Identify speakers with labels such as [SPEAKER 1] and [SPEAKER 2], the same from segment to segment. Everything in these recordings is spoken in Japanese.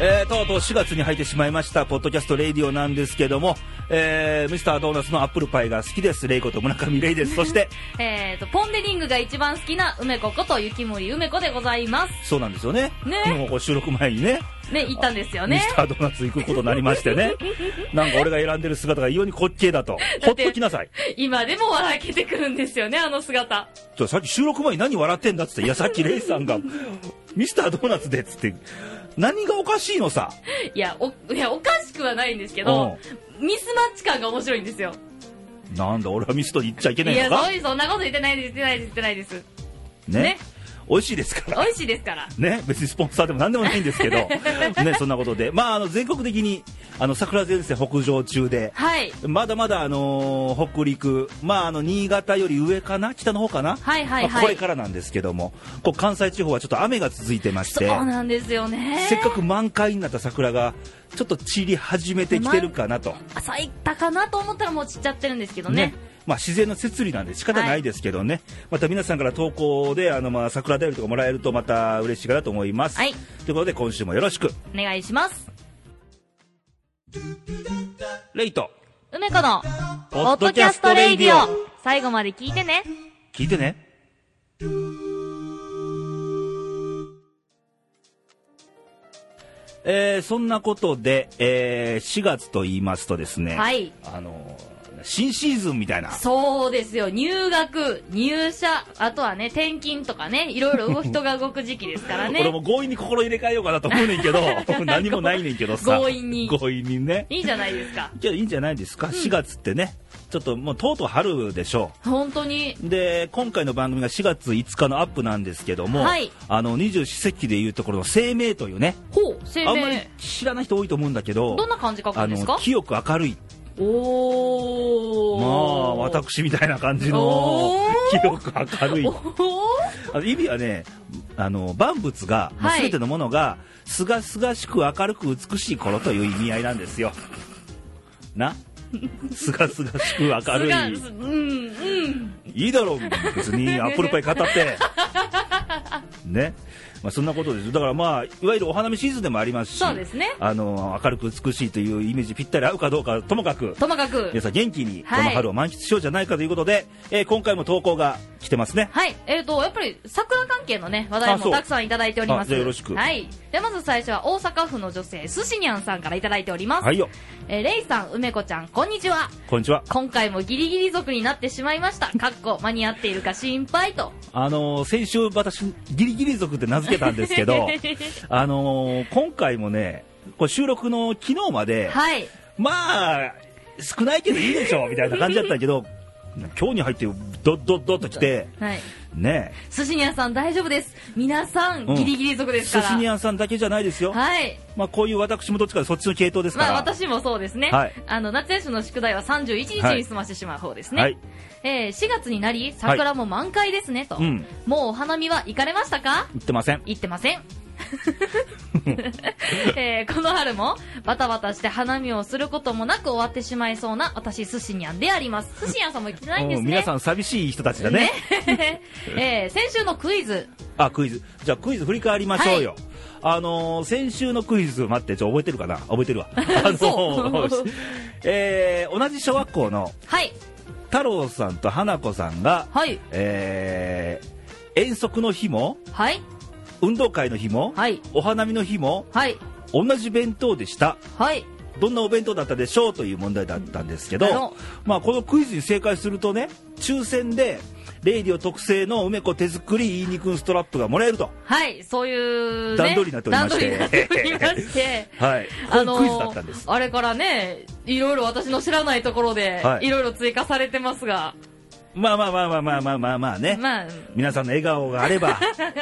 [SPEAKER 1] えー、とうとう4月に入ってしまいました、ポッドキャストレイディオなんですけども、えー、ミスタードーナツのアップルパイが好きです。レイコと村上レイです。そして、
[SPEAKER 2] えーと、ポンデリングが一番好きな梅子こと雪森梅子でございま
[SPEAKER 1] そうなんですよね。
[SPEAKER 2] ね
[SPEAKER 1] 昨日こう収録前にね、
[SPEAKER 2] す。ね、行ったんですよ
[SPEAKER 1] ミ
[SPEAKER 2] ね。
[SPEAKER 1] スタードーナツ行くことになりましてね。なんか俺が選んでる姿が異様に滑稽だと。ほっときなさい。
[SPEAKER 2] 今でも笑けてくるんですよね、あの姿。
[SPEAKER 1] ちょさっき収録前に何笑ってんだっつって、いやさっきレイさんが、ミスタードーナツでっつって、何がおかしいのさ。
[SPEAKER 2] いや、お、いや、おかしくはないんですけど、ミスマッチ感が面白いんですよ。
[SPEAKER 1] なんだ俺はミストに行っちゃいけ
[SPEAKER 2] い
[SPEAKER 1] ない
[SPEAKER 2] や、
[SPEAKER 1] のか
[SPEAKER 2] そういうそんなこと言ってないです、言ってないです、言ってないです。
[SPEAKER 1] ね
[SPEAKER 2] ね
[SPEAKER 1] 美味しいですから。
[SPEAKER 2] 美味しいですから。
[SPEAKER 1] ね、別にスポンサーでも何でもないんです けど、ね、そんなことで、まあ、あの全国的にあの桜前線北上中で、
[SPEAKER 2] はい。
[SPEAKER 1] まだまだ、あのー北陸、まあ、あの新潟より上かな、北の方かな、
[SPEAKER 2] はいはいはい
[SPEAKER 1] まあこれからなんですけども、こう関西地方はちょっと雨が続いてまし
[SPEAKER 2] そ
[SPEAKER 1] て、
[SPEAKER 2] うなんですよね。
[SPEAKER 1] せっかく満開になった桜が、ちょっと散り始めてきてるかなと、
[SPEAKER 2] 咲いたかなと思ったらもう散っちゃってるんですけどね
[SPEAKER 1] ね。まあ、自然の摂理なんで仕方ないですけどね、また皆さんから投稿であの、まあ、桜だよりとかもらえると、また嬉しいかなと思います。
[SPEAKER 2] はい
[SPEAKER 1] ということで、今週もよろしく、
[SPEAKER 2] お願いします。
[SPEAKER 1] レイト。
[SPEAKER 2] 梅子の、
[SPEAKER 1] ポ
[SPEAKER 2] ポ
[SPEAKER 1] ッ
[SPEAKER 2] ッ
[SPEAKER 1] ド
[SPEAKER 2] ド
[SPEAKER 1] キ
[SPEAKER 2] キ
[SPEAKER 1] ャ
[SPEAKER 2] ャ
[SPEAKER 1] ス
[SPEAKER 2] ス
[SPEAKER 1] ト
[SPEAKER 2] ト
[SPEAKER 1] レ
[SPEAKER 2] レ
[SPEAKER 1] イ
[SPEAKER 2] イ
[SPEAKER 1] デ
[SPEAKER 2] デ
[SPEAKER 1] ィ
[SPEAKER 2] ィ
[SPEAKER 1] オ
[SPEAKER 2] オ。最後まで聞いてね。
[SPEAKER 1] 聞いてねえーそんなことで、えー4月と言いますとですね、
[SPEAKER 2] はい
[SPEAKER 1] あのー新シーズンみたいな
[SPEAKER 2] そうですよ。入学、入社、あとはね、転勤とかね、いろいろ動き人が動く時期ですから
[SPEAKER 1] 俺
[SPEAKER 2] ね。
[SPEAKER 1] も強引に心入れ替えようかなと思うねん けど何もないねんけどさ
[SPEAKER 2] 強引に
[SPEAKER 1] 強引にね
[SPEAKER 2] いいじゃないですか。
[SPEAKER 1] じゃあいいんじゃないですか、4月ってねちょっともうとうとう春でしょう
[SPEAKER 2] 本当に。
[SPEAKER 1] で今回の番組が4月5日のアップなんですけども、
[SPEAKER 2] はい
[SPEAKER 1] あの二十四節気でいうところの清明というね
[SPEAKER 2] ほう、生
[SPEAKER 1] あんまり
[SPEAKER 2] 命。
[SPEAKER 1] 知らない人多いと思うんだけど
[SPEAKER 2] どんな感じ書く
[SPEAKER 1] あ
[SPEAKER 2] んです
[SPEAKER 1] の
[SPEAKER 2] か
[SPEAKER 1] 清く明るい
[SPEAKER 2] おー。
[SPEAKER 1] まあ私みたいな感じの
[SPEAKER 2] おー
[SPEAKER 1] 清く明るい
[SPEAKER 2] おー
[SPEAKER 1] あの意味はねあの万物が、もう
[SPEAKER 2] はい
[SPEAKER 1] 全てのものがすがすがしく明るく美しい頃という意味合いなんですよなすがすがしく明る
[SPEAKER 2] す
[SPEAKER 1] い
[SPEAKER 2] がうん、うん。
[SPEAKER 1] いいだろう、別 にアップルパイ語って。ね。まあ、そんなことですよだからまあ、いわゆるお花見シーズンでもありますし、
[SPEAKER 2] そうですね
[SPEAKER 1] あの、明るく美しいというイメージぴったり合うかどうかはともかく、
[SPEAKER 2] ともかく
[SPEAKER 1] 皆。さん元気にこ
[SPEAKER 2] はい
[SPEAKER 1] の春を満喫しようじゃないかということで、えー今回も投稿が来てますね。
[SPEAKER 2] はい、えっ、と、やっぱり桜関係のね、話題
[SPEAKER 1] あそう
[SPEAKER 2] もたくさんいただいておりま
[SPEAKER 1] あ
[SPEAKER 2] す。
[SPEAKER 1] じゃあよろしく
[SPEAKER 2] はい。で、まず最初は大阪府の女性、すしにゃんさんからいただいております。
[SPEAKER 1] はいよ。
[SPEAKER 2] えーレイさん、梅子ちゃん、こんにちは。
[SPEAKER 1] こんにちは。
[SPEAKER 2] 今回もギリギリ族になってしまいました。かっこ、間に合っているか心配と。
[SPEAKER 1] あのー先週私、ギリギリ族って名付けたんですけ ど、あのー今回もね、こう収録の昨日まで、
[SPEAKER 2] はい。
[SPEAKER 1] まあ、少ないけどいいでしょみたいな感じだったけ ど、今日に入って、どっどっどっと来て、
[SPEAKER 2] はい。
[SPEAKER 1] ね
[SPEAKER 2] すしにゃんさん大丈夫です。皆さん、
[SPEAKER 1] うん
[SPEAKER 2] ギリギリ族
[SPEAKER 1] え、
[SPEAKER 2] です
[SPEAKER 1] 寿
[SPEAKER 2] から。
[SPEAKER 1] 司にゃんさんだけじゃないですよ、
[SPEAKER 2] はい。
[SPEAKER 1] まあ、こういう私もどっちかでそっちの系統ですから、
[SPEAKER 2] まあ私もそうですね。
[SPEAKER 1] はい
[SPEAKER 2] あの、夏休みの宿題は31日に済ましてしまう方ですね。
[SPEAKER 1] はい
[SPEAKER 2] えー4月になり、桜も満開ですね、と。
[SPEAKER 1] うん
[SPEAKER 2] もうお花見は行かれましたか
[SPEAKER 1] 言ってません、
[SPEAKER 2] 行って ません。えーこの春もバタバタして花見をすることもなく終わってしまいそうな私寿司にゃんであります寿司にゃんさんも行ってないんです
[SPEAKER 1] うん
[SPEAKER 2] ね
[SPEAKER 1] 皆さん、寂しい人たちだね、
[SPEAKER 2] ね えー先週のクイズ
[SPEAKER 1] あクイズ、じゃあクイズ振り返りましょうよ。あのー先週のクイズ、待って、ちょ覚えてるかな覚えてる わ。あのー
[SPEAKER 2] そう
[SPEAKER 1] えー同じ小学校の
[SPEAKER 2] はい
[SPEAKER 1] 太郎さんと花子さんが、
[SPEAKER 2] はい
[SPEAKER 1] えー遠足の日も、
[SPEAKER 2] はい
[SPEAKER 1] 運動会の日も、
[SPEAKER 2] はい
[SPEAKER 1] お花見の日も
[SPEAKER 2] はい
[SPEAKER 1] 同じ弁当でした
[SPEAKER 2] はい
[SPEAKER 1] どんなお弁当だったでしょうという問題だったんですけ
[SPEAKER 2] なる
[SPEAKER 1] ど
[SPEAKER 2] ほど、
[SPEAKER 1] まあ、このクイズに正解するとね抽選でレイディオ特製の梅子手作りいい肉ストラップがもらえると、
[SPEAKER 2] はいそういう、ね、
[SPEAKER 1] 段取りになっておりまして
[SPEAKER 2] 段取りになっておりまして
[SPEAKER 1] はい、こういうクイズだったんです、
[SPEAKER 2] あれからねいろいろ私の知らないところで、
[SPEAKER 1] はい
[SPEAKER 2] い、ろいろ追加されてますが
[SPEAKER 1] まあまあまあまあまあまあまあまあね、
[SPEAKER 2] まあ
[SPEAKER 1] 皆さんの笑顔があれ ば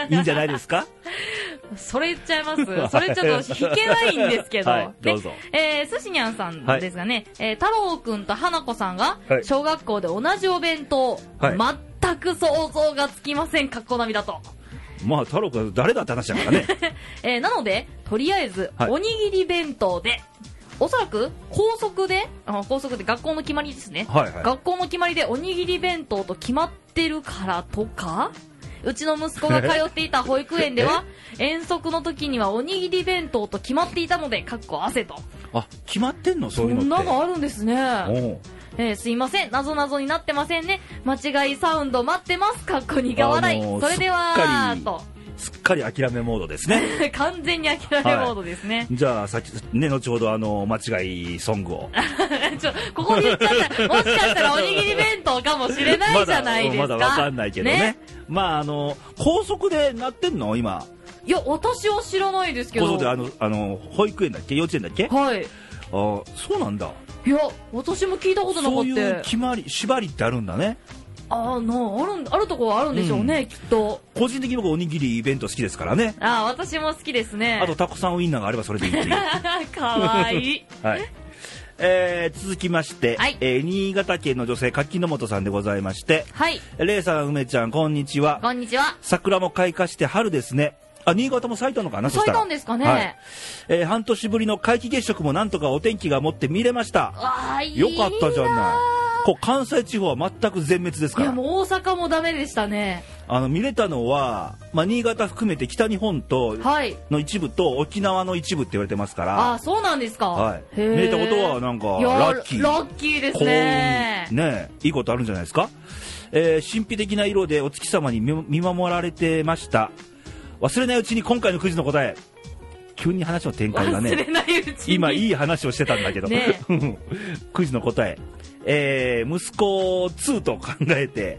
[SPEAKER 1] いいんじゃないですか
[SPEAKER 2] それ言っちゃいます それちょっと引けないんですけど。
[SPEAKER 1] はいどうぞ
[SPEAKER 2] ねえー、すしにゃんさんですがね、えー太郎くんと花子さんが
[SPEAKER 1] は、い
[SPEAKER 2] 小学校で同じお弁当、
[SPEAKER 1] は
[SPEAKER 2] 全く想像がつきません、格好並みだと。
[SPEAKER 1] まあ太郎君誰だって話だから ね
[SPEAKER 2] えーなので、とりあえず
[SPEAKER 1] は、い
[SPEAKER 2] おにぎり弁当で、おそらく、高速で、あ高速で学校の決まりですね。
[SPEAKER 1] はいはい
[SPEAKER 2] 学校の決まりでおにぎり弁当と決まってるからとか、うちの息子が通って いた保育園では、遠足の時にはおにぎり弁当と決まっていたので、かっこ汗と。
[SPEAKER 1] あ決まってんのそう
[SPEAKER 2] そ
[SPEAKER 1] いうのって
[SPEAKER 2] んなのあるんですね。
[SPEAKER 1] おう
[SPEAKER 2] えーすいません。謎謎になってませんね。間違いサウンド待ってます。かっこ苦笑い。
[SPEAKER 1] あもう
[SPEAKER 2] それで
[SPEAKER 1] すっ
[SPEAKER 2] は
[SPEAKER 1] か、り
[SPEAKER 2] と。
[SPEAKER 1] すっかり諦めモードですね
[SPEAKER 2] 完全に諦めモードですね。
[SPEAKER 1] じゃあさっきね後ほどあの間違いソングを
[SPEAKER 2] ちょ、ここで言っちゃったら、もしかしたらおにぎり弁当かもしれないじゃないですか。
[SPEAKER 1] まだまだわかんないけどね。まああの高速でなってんの今
[SPEAKER 2] いや、私は知らないですけ
[SPEAKER 1] 高
[SPEAKER 2] ど。
[SPEAKER 1] 速であのあの保育園だっけ幼稚園だっけあ
[SPEAKER 2] はい。
[SPEAKER 1] そうなんだ
[SPEAKER 2] いや、私も聞いたことなか
[SPEAKER 1] そういう
[SPEAKER 2] った。
[SPEAKER 1] 決まり縛りってあるんだね
[SPEAKER 2] ああ、なあるん、あるとこはあるんでしょうね、きっと。
[SPEAKER 1] 個人的に僕おにぎりイベント好きですからね
[SPEAKER 2] ああ、私も好きですね。
[SPEAKER 1] あとタコさんウインナーがあればそれでいい っていう
[SPEAKER 2] かわいい。
[SPEAKER 1] はいえー続きまして、
[SPEAKER 2] はい
[SPEAKER 1] えー新潟県の女性柿の本さんでございまして
[SPEAKER 2] はい、
[SPEAKER 1] レイさん梅ちゃんこんにちは
[SPEAKER 2] こんにちは。
[SPEAKER 1] 桜も開花して春ですねあ新潟も咲いたのかなそ
[SPEAKER 2] 咲
[SPEAKER 1] した
[SPEAKER 2] い
[SPEAKER 1] ら
[SPEAKER 2] たんですかね。
[SPEAKER 1] はいえー半年ぶりの皆既月食もなんとかお天気が持って見れました
[SPEAKER 2] わあ、いい
[SPEAKER 1] よ
[SPEAKER 2] な
[SPEAKER 1] かったじゃないこう関西地方は全く全滅です
[SPEAKER 2] い
[SPEAKER 1] か
[SPEAKER 2] や、
[SPEAKER 1] ら
[SPEAKER 2] もう大阪もダメでしたね。
[SPEAKER 1] あの見れたのは、まあ、新潟含めて北日本と
[SPEAKER 2] はい。
[SPEAKER 1] の一部と沖縄の一部って言われてますか
[SPEAKER 2] あ
[SPEAKER 1] ら
[SPEAKER 2] あ、そうなんですか。
[SPEAKER 1] はい
[SPEAKER 2] へえ
[SPEAKER 1] 見れたことはなんか
[SPEAKER 2] いや
[SPEAKER 1] ラッキー
[SPEAKER 2] ラッキーです
[SPEAKER 1] こう
[SPEAKER 2] ね。
[SPEAKER 1] ねいいことあるんじゃないですか、えー神秘的な色でお月様に見見守られてました忘れないうちに今回のくじの答え急に話の展開がね
[SPEAKER 2] 忘れないうちに。
[SPEAKER 1] 今
[SPEAKER 2] い。
[SPEAKER 1] いい話をしてたんだけど、
[SPEAKER 2] ね
[SPEAKER 1] クイズの答ええー息子を2と考えて、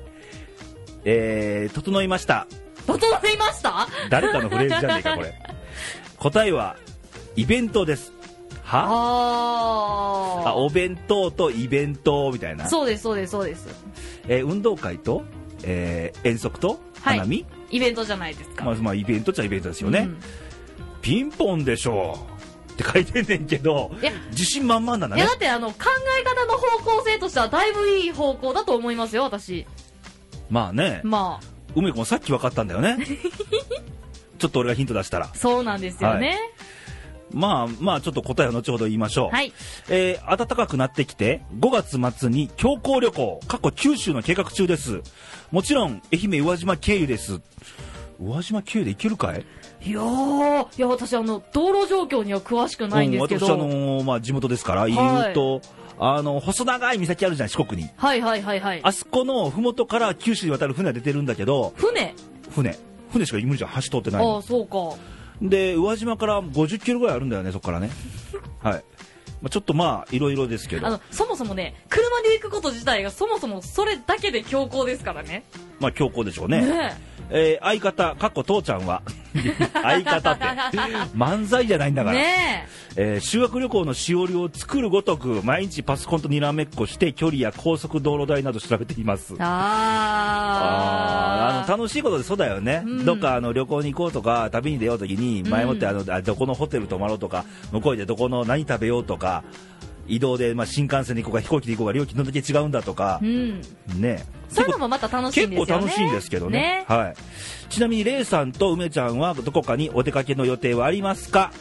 [SPEAKER 1] えー整いました
[SPEAKER 2] 整いました
[SPEAKER 1] 誰かのフレーズじゃねえか これ答えはイベントですは
[SPEAKER 2] あ
[SPEAKER 1] あ
[SPEAKER 2] あ。
[SPEAKER 1] お弁当とイベントみたいな、
[SPEAKER 2] そうです、そうです、そうです。
[SPEAKER 1] えー運動会と、えー遠足と
[SPEAKER 2] はい
[SPEAKER 1] 花見、
[SPEAKER 2] イベントじゃないですか。
[SPEAKER 1] まあ、まあイベントっちゃイベントですよね、
[SPEAKER 2] うん
[SPEAKER 1] ピンポンでしょうって書いてんねんけど
[SPEAKER 2] いや
[SPEAKER 1] 自信満々なんだ
[SPEAKER 2] いや
[SPEAKER 1] ね
[SPEAKER 2] だってあの考え方の方向性としてはだいぶいい方向だと思いますよ私
[SPEAKER 1] まあね、
[SPEAKER 2] ま
[SPEAKER 1] 梅子もさっき分かったんだよ ねちょっと俺がヒント出したら
[SPEAKER 2] あそうなんですよね
[SPEAKER 1] まあまあちょっと答えは後ほど言いましょう、
[SPEAKER 2] はい
[SPEAKER 1] えー暖かくなってきて5月末に強行旅行過去九州の計画中ですもちろん愛媛宇和島経由です宇和島経由で行けるかい
[SPEAKER 2] い、やーいや私あの道路状況には詳しくないんですけど、
[SPEAKER 1] うん私、あのーまあ、地元ですから
[SPEAKER 2] い
[SPEAKER 1] 言うと、あの細長い岬あるじゃん四国に
[SPEAKER 2] はいはいはいはい
[SPEAKER 1] あそこの麓から九州に渡る船は出てるんだけど
[SPEAKER 2] 船
[SPEAKER 1] 船船しか無理じゃん橋通ってないの
[SPEAKER 2] ああそうか
[SPEAKER 1] で宇和島から50キロぐらいあるんだよねそこからねはい、まあ、ちょっとまあいろいろですけど
[SPEAKER 2] あのそもそもね車で行くこと自体がそもそもそれだけで強行ですからね
[SPEAKER 1] まあ強行でしょう
[SPEAKER 2] ね
[SPEAKER 1] ねえー相方かっこ父ちゃん は相方って漫才じゃないんだ
[SPEAKER 2] え
[SPEAKER 1] から、
[SPEAKER 2] ね
[SPEAKER 1] えー修学旅行のしおりを作るごとく毎日パソコンとにらめっこして距離や高速道路代など調べています
[SPEAKER 2] えあ
[SPEAKER 1] あーあの楽しいことでそうだよね、
[SPEAKER 2] うん
[SPEAKER 1] どっかあの旅行に行こうとか旅に出ようときに前もって
[SPEAKER 2] う
[SPEAKER 1] あの、あどこのホテル泊まろうとか向こうでどこの何食べようとか移動で、まあ、新幹線で行こうか飛行機で行こうか料金のだけ違うんだとか
[SPEAKER 2] う、ん
[SPEAKER 1] ね
[SPEAKER 2] そういうのもまた楽しいん
[SPEAKER 1] 結構
[SPEAKER 2] ですよね
[SPEAKER 1] 楽しいんですけどねはい、ちなみにレイさんと梅ちゃんはどこかにお出かけの予定はありますか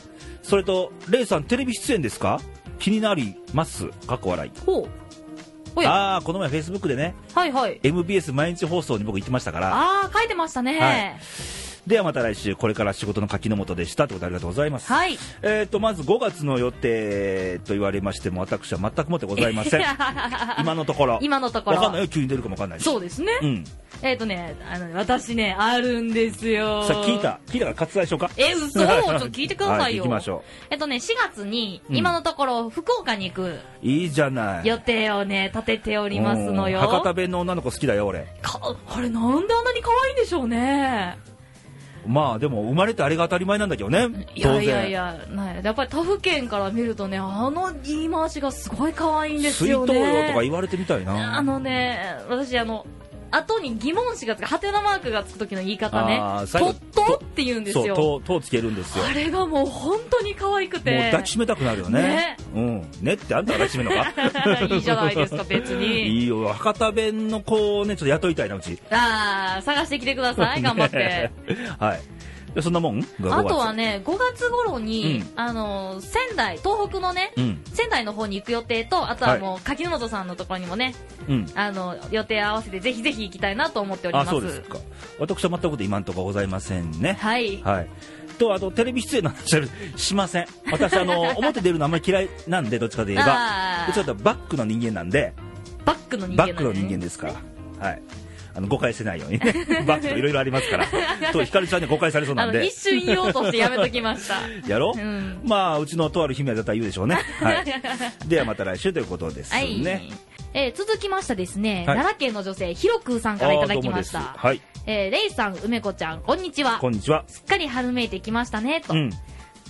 [SPEAKER 1] それとレイさんテレビ出演ですか気になります過去笑い
[SPEAKER 2] ほうほや
[SPEAKER 1] ああこの前フェイスブックでね
[SPEAKER 2] はいはい
[SPEAKER 1] MBS 毎日放送に僕行ってましたから
[SPEAKER 2] ああ書いてましたね
[SPEAKER 1] はいではまた来週これから仕事の柿の本でしたってことでありがとうございます、
[SPEAKER 2] はい。
[SPEAKER 1] えー、とまず5月の予定と言われましても私は全くもってございま せん今のところ
[SPEAKER 2] 今のところ。
[SPEAKER 1] わかんないよ急に出るかもわかんないし
[SPEAKER 2] そうですね。
[SPEAKER 1] うん
[SPEAKER 2] えっ、とね、あのね、私ね、あるんですよ。
[SPEAKER 1] さあ聞い。た聞いたから割愛しようか
[SPEAKER 2] え、嘘ちょっと聞いてくださいよ。
[SPEAKER 1] は行きましょ
[SPEAKER 2] えっとね、4月に、
[SPEAKER 1] うん
[SPEAKER 2] 今のところ、福岡に行く
[SPEAKER 1] ういいじゃない
[SPEAKER 2] 予定をね、立てておりますのよ。
[SPEAKER 1] うん博多弁の女の子好きだよ俺
[SPEAKER 2] かあれ、なんであんなに可愛いんでしょうね。
[SPEAKER 1] まあでも生まれてあれが当たり前なんだけどね
[SPEAKER 2] い
[SPEAKER 1] 当
[SPEAKER 2] や
[SPEAKER 1] 然
[SPEAKER 2] いやいや、ないやっぱり他府県から見るとね、あの言い回しがすごい可愛いんです
[SPEAKER 1] 水
[SPEAKER 2] よ
[SPEAKER 1] 筒
[SPEAKER 2] ね。
[SPEAKER 1] よとか言われてみたいな
[SPEAKER 2] あのね、私あの、後に疑問詞がつく、ハテナマークがつく時の言い方ね
[SPEAKER 1] あー、最
[SPEAKER 2] と
[SPEAKER 1] 後
[SPEAKER 2] っとって言うんです
[SPEAKER 1] そう
[SPEAKER 2] よ。
[SPEAKER 1] ととをつけるんですよ
[SPEAKER 2] あれがもう本当に可愛く
[SPEAKER 1] もう
[SPEAKER 2] て。
[SPEAKER 1] 抱きしめたくなるよね
[SPEAKER 2] ね
[SPEAKER 1] うんねってあんたが抱きしめるのか
[SPEAKER 2] いいじゃない ですか、別に。
[SPEAKER 1] いいよ博多弁 の子をねちょっと雇いたいなうち
[SPEAKER 2] ああ、探してきてください、頑張って。
[SPEAKER 1] はいやそんなもんが5月
[SPEAKER 2] あとはね、5月頃に、
[SPEAKER 1] うん
[SPEAKER 2] あのー、仙台、東北のね、
[SPEAKER 1] うん
[SPEAKER 2] 仙台の方に行く予定と、あとはもう、柿本さんのところにもね、
[SPEAKER 1] うん
[SPEAKER 2] あの、予定合わせてぜひぜひ行きたいなと思っておりま
[SPEAKER 1] あ
[SPEAKER 2] す。
[SPEAKER 1] そうですか私は全くこと今んとこございませんね
[SPEAKER 2] はい。
[SPEAKER 1] はい、とあとテレビ出演の話はしません私あ の表出るのあんまり嫌いなんでどっちかといえ
[SPEAKER 2] あ
[SPEAKER 1] ば
[SPEAKER 2] ー
[SPEAKER 1] うちょっとバックの人間なんで
[SPEAKER 2] バックの人間
[SPEAKER 1] バ
[SPEAKER 2] な
[SPEAKER 1] ッ
[SPEAKER 2] ん
[SPEAKER 1] クの人間ですから、はい、あの誤解せないようにね バックといろいろありますからとひかりちゃんに誤解されそうな
[SPEAKER 2] あ
[SPEAKER 1] ん
[SPEAKER 2] の、
[SPEAKER 1] で
[SPEAKER 2] 一瞬言おうとしてやめときま した。
[SPEAKER 1] やろ、
[SPEAKER 2] うん
[SPEAKER 1] まあうちのとある姫は絶対言うでしょう ね、はい、ではまた来週ということですね、
[SPEAKER 2] はい。えー続きましたですね、
[SPEAKER 1] はい
[SPEAKER 2] 奈良県の女性、ひろくーさんからいただきました。
[SPEAKER 1] あーどうもですはい
[SPEAKER 2] えーレイさん、梅子ちゃん、こんにちは。
[SPEAKER 1] こんにちは
[SPEAKER 2] すっかり春めいてきましたね、と。
[SPEAKER 1] うん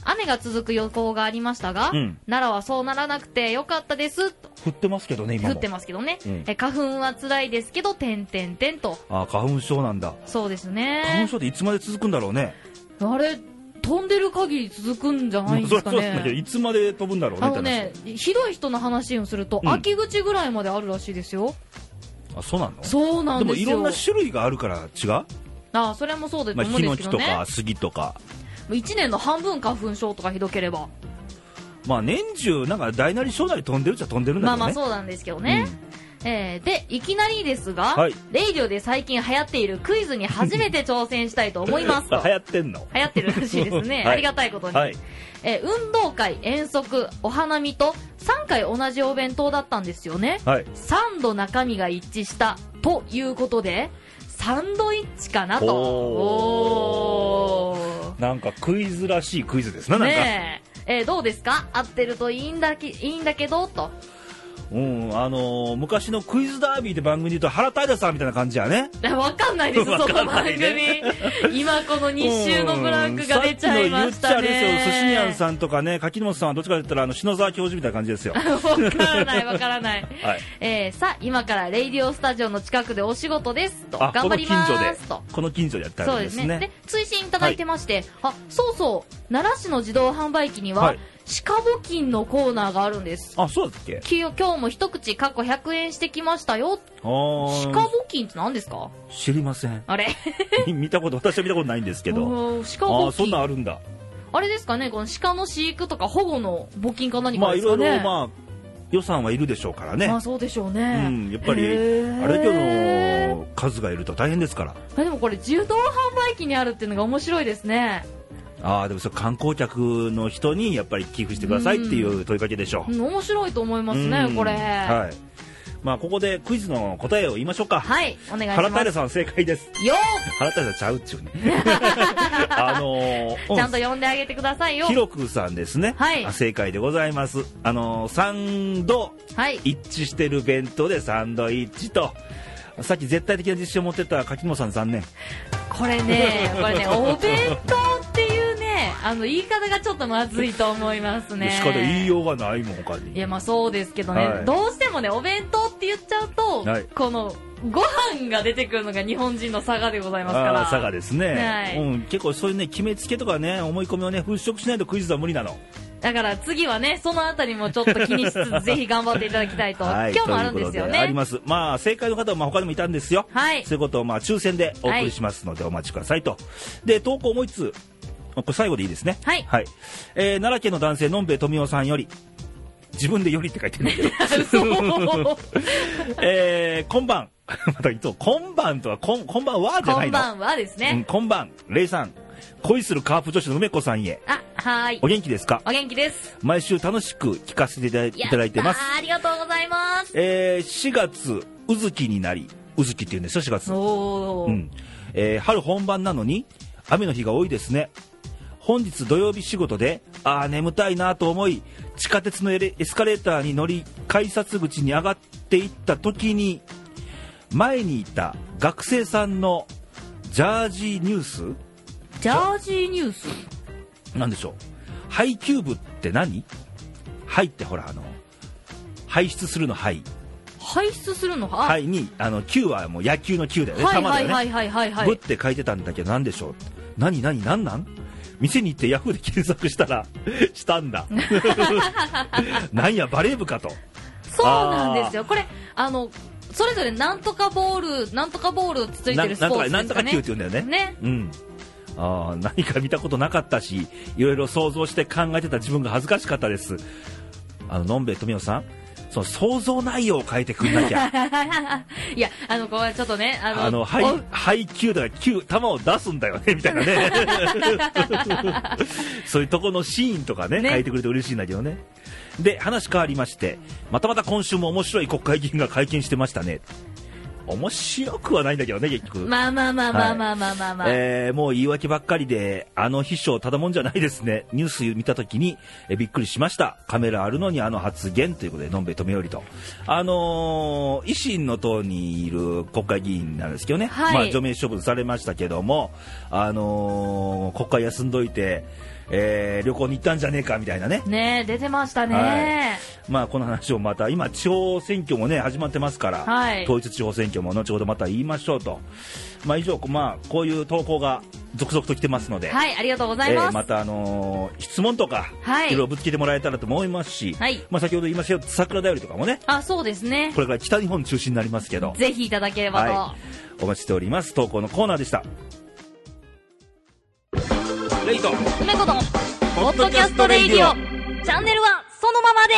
[SPEAKER 2] 雨が続く予報がありましたが、
[SPEAKER 1] うん
[SPEAKER 2] 奈良はそうならなくてよかったです、と。
[SPEAKER 1] 降ってますけどね今
[SPEAKER 2] 降
[SPEAKER 1] も
[SPEAKER 2] ってますけどね。
[SPEAKER 1] うん
[SPEAKER 2] えー花粉は辛いですけど、てんてんてんと。
[SPEAKER 1] あー花粉症なんだ
[SPEAKER 2] そうです
[SPEAKER 1] 花粉
[SPEAKER 2] ね。
[SPEAKER 1] 症っていつまで続くんだろうね
[SPEAKER 2] あれ、飛んでる限り続くんじゃないんです か
[SPEAKER 1] そうそうなんだけど
[SPEAKER 2] ね。
[SPEAKER 1] いつまで飛ぶんだろうね
[SPEAKER 2] あのね、ひどい人の話をすると、
[SPEAKER 1] うん
[SPEAKER 2] 秋口ぐらいまであるらしいですよ。
[SPEAKER 1] って話あそうなの
[SPEAKER 2] そうなんですよ。
[SPEAKER 1] もいろんな種類があるから違う、
[SPEAKER 2] ああそれもそうだと
[SPEAKER 1] まあ、
[SPEAKER 2] 思う
[SPEAKER 1] ヒ
[SPEAKER 2] ん
[SPEAKER 1] ノ
[SPEAKER 2] ですけ
[SPEAKER 1] キ
[SPEAKER 2] ど
[SPEAKER 1] と
[SPEAKER 2] ね、
[SPEAKER 1] か杉とか、
[SPEAKER 2] 1年の半分花粉症とかひどければ、
[SPEAKER 1] まあ、年中なんか大なり小なり飛んでるっちゃ飛んでるんだ
[SPEAKER 2] ま
[SPEAKER 1] け
[SPEAKER 2] あ
[SPEAKER 1] どね、
[SPEAKER 2] まあそうなんですけどね、えーでいきなりですが、
[SPEAKER 1] はい
[SPEAKER 2] レイディオで最近流行っているクイズに初めて挑戦したいと思います と
[SPEAKER 1] あ流行ってんの
[SPEAKER 2] 流行ってるらしいですね、
[SPEAKER 1] はい
[SPEAKER 2] ありがたいことに、
[SPEAKER 1] はい
[SPEAKER 2] えー運動会遠足お花見と3回同じお弁当だったんですよね、
[SPEAKER 1] はい
[SPEAKER 2] 3度中身が一致したということでサンドイッチかなと
[SPEAKER 1] お
[SPEAKER 2] おー
[SPEAKER 1] なんかクイズらしいクイズですななんか、
[SPEAKER 2] ねええーどうですか合ってるといいんだけいいんだけどと
[SPEAKER 1] うんあのー昔のクイズダービーで番組で言うと原平さんみたいな感じやね
[SPEAKER 2] いやわかんないですその
[SPEAKER 1] わかん
[SPEAKER 2] 番
[SPEAKER 1] な
[SPEAKER 2] 組、
[SPEAKER 1] いね
[SPEAKER 2] 今この2週のブランクが出ちゃいまし
[SPEAKER 1] う
[SPEAKER 2] た
[SPEAKER 1] んさっきの言っちゃあれで
[SPEAKER 2] ね
[SPEAKER 1] すよ寿司にゃんさんとかね柿本さんはどっちかと言ったらあの篠沢教授みたいな感じですよは
[SPEAKER 2] わからないわからない、
[SPEAKER 1] い
[SPEAKER 2] えーさあ今からレイディオスタジオの近くでお仕事ですと
[SPEAKER 1] あ
[SPEAKER 2] 頑張りま
[SPEAKER 1] この近
[SPEAKER 2] す
[SPEAKER 1] 所
[SPEAKER 2] と
[SPEAKER 1] でこの近所でやって
[SPEAKER 2] そ
[SPEAKER 1] ある
[SPEAKER 2] う
[SPEAKER 1] ん
[SPEAKER 2] で
[SPEAKER 1] ですす
[SPEAKER 2] ね
[SPEAKER 1] ね
[SPEAKER 2] で追伸いただいてまして、あそうそう奈良市の自動販売機には、
[SPEAKER 1] はい
[SPEAKER 2] 鹿募金のコーナーがあるんです
[SPEAKER 1] あそうだっけ
[SPEAKER 2] き今日も一口過去100円してきましたよ
[SPEAKER 1] あ
[SPEAKER 2] 鹿
[SPEAKER 1] ー
[SPEAKER 2] 募金って何ですか
[SPEAKER 1] 知りません
[SPEAKER 2] あれ
[SPEAKER 1] 見たこと私は見たことないんですけど
[SPEAKER 2] おー鹿
[SPEAKER 1] ああー
[SPEAKER 2] 募
[SPEAKER 1] そん
[SPEAKER 2] 金
[SPEAKER 1] なん
[SPEAKER 2] あ
[SPEAKER 1] あるんだ
[SPEAKER 2] れですかねこの鹿の飼育とか保護の募金か何
[SPEAKER 1] ま
[SPEAKER 2] か
[SPEAKER 1] あ
[SPEAKER 2] で
[SPEAKER 1] い
[SPEAKER 2] す
[SPEAKER 1] ろ
[SPEAKER 2] か
[SPEAKER 1] いろ
[SPEAKER 2] ね、あ
[SPEAKER 1] まあ予算はいるでしょうからね、
[SPEAKER 2] そうでしょう
[SPEAKER 1] う
[SPEAKER 2] ね、
[SPEAKER 1] ん、やっぱり
[SPEAKER 2] へー
[SPEAKER 1] あれだけの数がいると大変ですから
[SPEAKER 2] あでもこれ自動販売機にあるっていうのが面白いですね、
[SPEAKER 1] ああでもそれ観光客の人にやっぱり寄付してくださいっていう問いかけでしょ
[SPEAKER 2] う
[SPEAKER 1] う、
[SPEAKER 2] ん、面白いと思います
[SPEAKER 1] う
[SPEAKER 2] ね
[SPEAKER 1] ん
[SPEAKER 2] これは
[SPEAKER 1] はいまあここでクイズの答えを言いましょうか、
[SPEAKER 2] い、お願い
[SPEAKER 1] 原
[SPEAKER 2] します
[SPEAKER 1] 平さん正解です
[SPEAKER 2] よ
[SPEAKER 1] 原平さんちゃうっち ゅうねあのー、
[SPEAKER 2] ーちゃんと呼んであげてくださいよ
[SPEAKER 1] ひろくさんですね、
[SPEAKER 2] はい
[SPEAKER 1] あ正解でございますあのー、3度
[SPEAKER 2] はい
[SPEAKER 1] 一致してる弁当でサンドイッチとさっき絶対的な自信を持ってた柿本さん残念
[SPEAKER 2] これねこ れねお弁当っていうねあの言い方がちょっとまずいと思いますね
[SPEAKER 1] しかも言いようがないもん他
[SPEAKER 2] い
[SPEAKER 1] に
[SPEAKER 2] やまあそうですけどね、
[SPEAKER 1] はい
[SPEAKER 2] どうしてもねお弁当って言っちゃうと、
[SPEAKER 1] はい
[SPEAKER 2] このご飯が出てくるのが日本人の差がでございますか
[SPEAKER 1] あ
[SPEAKER 2] ら
[SPEAKER 1] あ佐賀ですね、
[SPEAKER 2] はい
[SPEAKER 1] うん、結構そういうね決めつけとかね思い込みをね払拭しないとクイズは無理なの
[SPEAKER 2] だから次はねそのあたりもちょっと気にしつ つぜひ頑張っていただきたいと、
[SPEAKER 1] はい
[SPEAKER 2] 今日もあるんですよ
[SPEAKER 1] ということであり
[SPEAKER 2] ね
[SPEAKER 1] ますまあ正解の方はまあ他にもいたんですよ
[SPEAKER 2] はい
[SPEAKER 1] そういうことをまあ抽選でお送りしますのでお待ちくださいと、で投稿もう一通これ最後でいいですね
[SPEAKER 2] はい
[SPEAKER 1] えー奈良県の男性のんべえ富夫さんより自分で「より」って書いてるんだ けど
[SPEAKER 2] そう
[SPEAKER 1] えー、こんば ん。またいつも、こんばんとは、こん、こんばんはじゃ
[SPEAKER 2] こ
[SPEAKER 1] ない
[SPEAKER 2] ん
[SPEAKER 1] の。
[SPEAKER 2] ばんはです
[SPEAKER 1] うん、
[SPEAKER 2] ね、
[SPEAKER 1] こんばん。レイさん。恋するカープ女子の梅子さんへ。
[SPEAKER 2] あはーい
[SPEAKER 1] お元気ですか
[SPEAKER 2] お元気です
[SPEAKER 1] 毎週楽しく聞かせていただいいただいてます。
[SPEAKER 2] やったーありがとうございます
[SPEAKER 1] えー、4月、うずきになり、うずきって言うんですよ、4月。
[SPEAKER 2] おー、
[SPEAKER 1] うん。えー春本番なのに、雨の日が多いですね。本日土曜日仕事で、ああ、眠たいなと思い、地下鉄のエレエスカレーターに乗り、改札口に上がっていった時に、前にいた学生さんのジャージーニュース
[SPEAKER 2] ジャージーニュース
[SPEAKER 1] なんでしょう。配給部って何配ってほら、あの、排出するの灰。
[SPEAKER 2] 排出するのは、
[SPEAKER 1] 灰に、あの、球はもう野球の球だよね。
[SPEAKER 2] はい
[SPEAKER 1] 球だ
[SPEAKER 2] は
[SPEAKER 1] よ
[SPEAKER 2] い
[SPEAKER 1] ね。
[SPEAKER 2] はいはいはいはい
[SPEAKER 1] ぶって書いてたんだけど何でしょう何何何なん店に行ってヤフーで検索したらしたん だなんやバレー部かと
[SPEAKER 2] そうなんですよ。これ、あの、それぞれなんとかボール、なんとかボールつつい
[SPEAKER 1] な
[SPEAKER 2] て
[SPEAKER 1] ん
[SPEAKER 2] るス
[SPEAKER 1] なんと
[SPEAKER 2] ポー
[SPEAKER 1] か
[SPEAKER 2] ツ
[SPEAKER 1] なんと
[SPEAKER 2] ですか
[SPEAKER 1] か
[SPEAKER 2] ね。
[SPEAKER 1] 球って言うんだよね
[SPEAKER 2] ね。
[SPEAKER 1] うんあー何か見たことなかったしいろいろ想像して考えてた自分が恥ずかしかったですあののんべえ富美男さんその想像内容を変えてくんなきゃ
[SPEAKER 2] いや、あの、こはちょっとね、あの、
[SPEAKER 1] あの配
[SPEAKER 2] お
[SPEAKER 1] 配球だから球球を出すんだよねみたいなねそういうとこのシーンとかね
[SPEAKER 2] ね
[SPEAKER 1] 変えてくれて嬉しいんだけどねで話変わりましてまたまた今週も面白い国会議員が会見してましたね面白くはないんだけどね結局、
[SPEAKER 2] まあまあまあまあまあまあまあまあ。
[SPEAKER 1] えーもう言い訳ばっかりで、あの秘書、ただもんじゃないですね、ニュース見たときに、えーびっくりしました、カメラあるのにあの発言ということで、のんべえとめよりと、あのー維新の党にいる国会議員なんですけどね、
[SPEAKER 2] はい
[SPEAKER 1] まあ、除名処分されましたけども、あのー国会休んどいて、えー旅行に行ったんじゃねえかみたいなね。
[SPEAKER 2] ねえ出てましたね、
[SPEAKER 1] まあこの話をまた今、地方選挙もね始まってますから、
[SPEAKER 2] はい
[SPEAKER 1] 統一地方選挙も後ほどまた言いましょうと、まあ、以上、まあ、こういう投稿が続々と来てますので、
[SPEAKER 2] はい、ありがとうござい
[SPEAKER 1] え
[SPEAKER 2] ます。
[SPEAKER 1] ーまた、あのー質問とか、
[SPEAKER 2] はい
[SPEAKER 1] いろいろぶつけてもらえたらと思いますし、
[SPEAKER 2] はい
[SPEAKER 1] まあ、先ほど言いましたよ桜だよりとかもね、
[SPEAKER 2] あ、そうですね
[SPEAKER 1] こ。れから北日本中心になりますけど、
[SPEAKER 2] ぜひいただければと。
[SPEAKER 1] はい、お待ちしております投稿のコーナーでした。レイト
[SPEAKER 2] 梅子の、ポッドキャストレイディオ、チャンネルはそのままで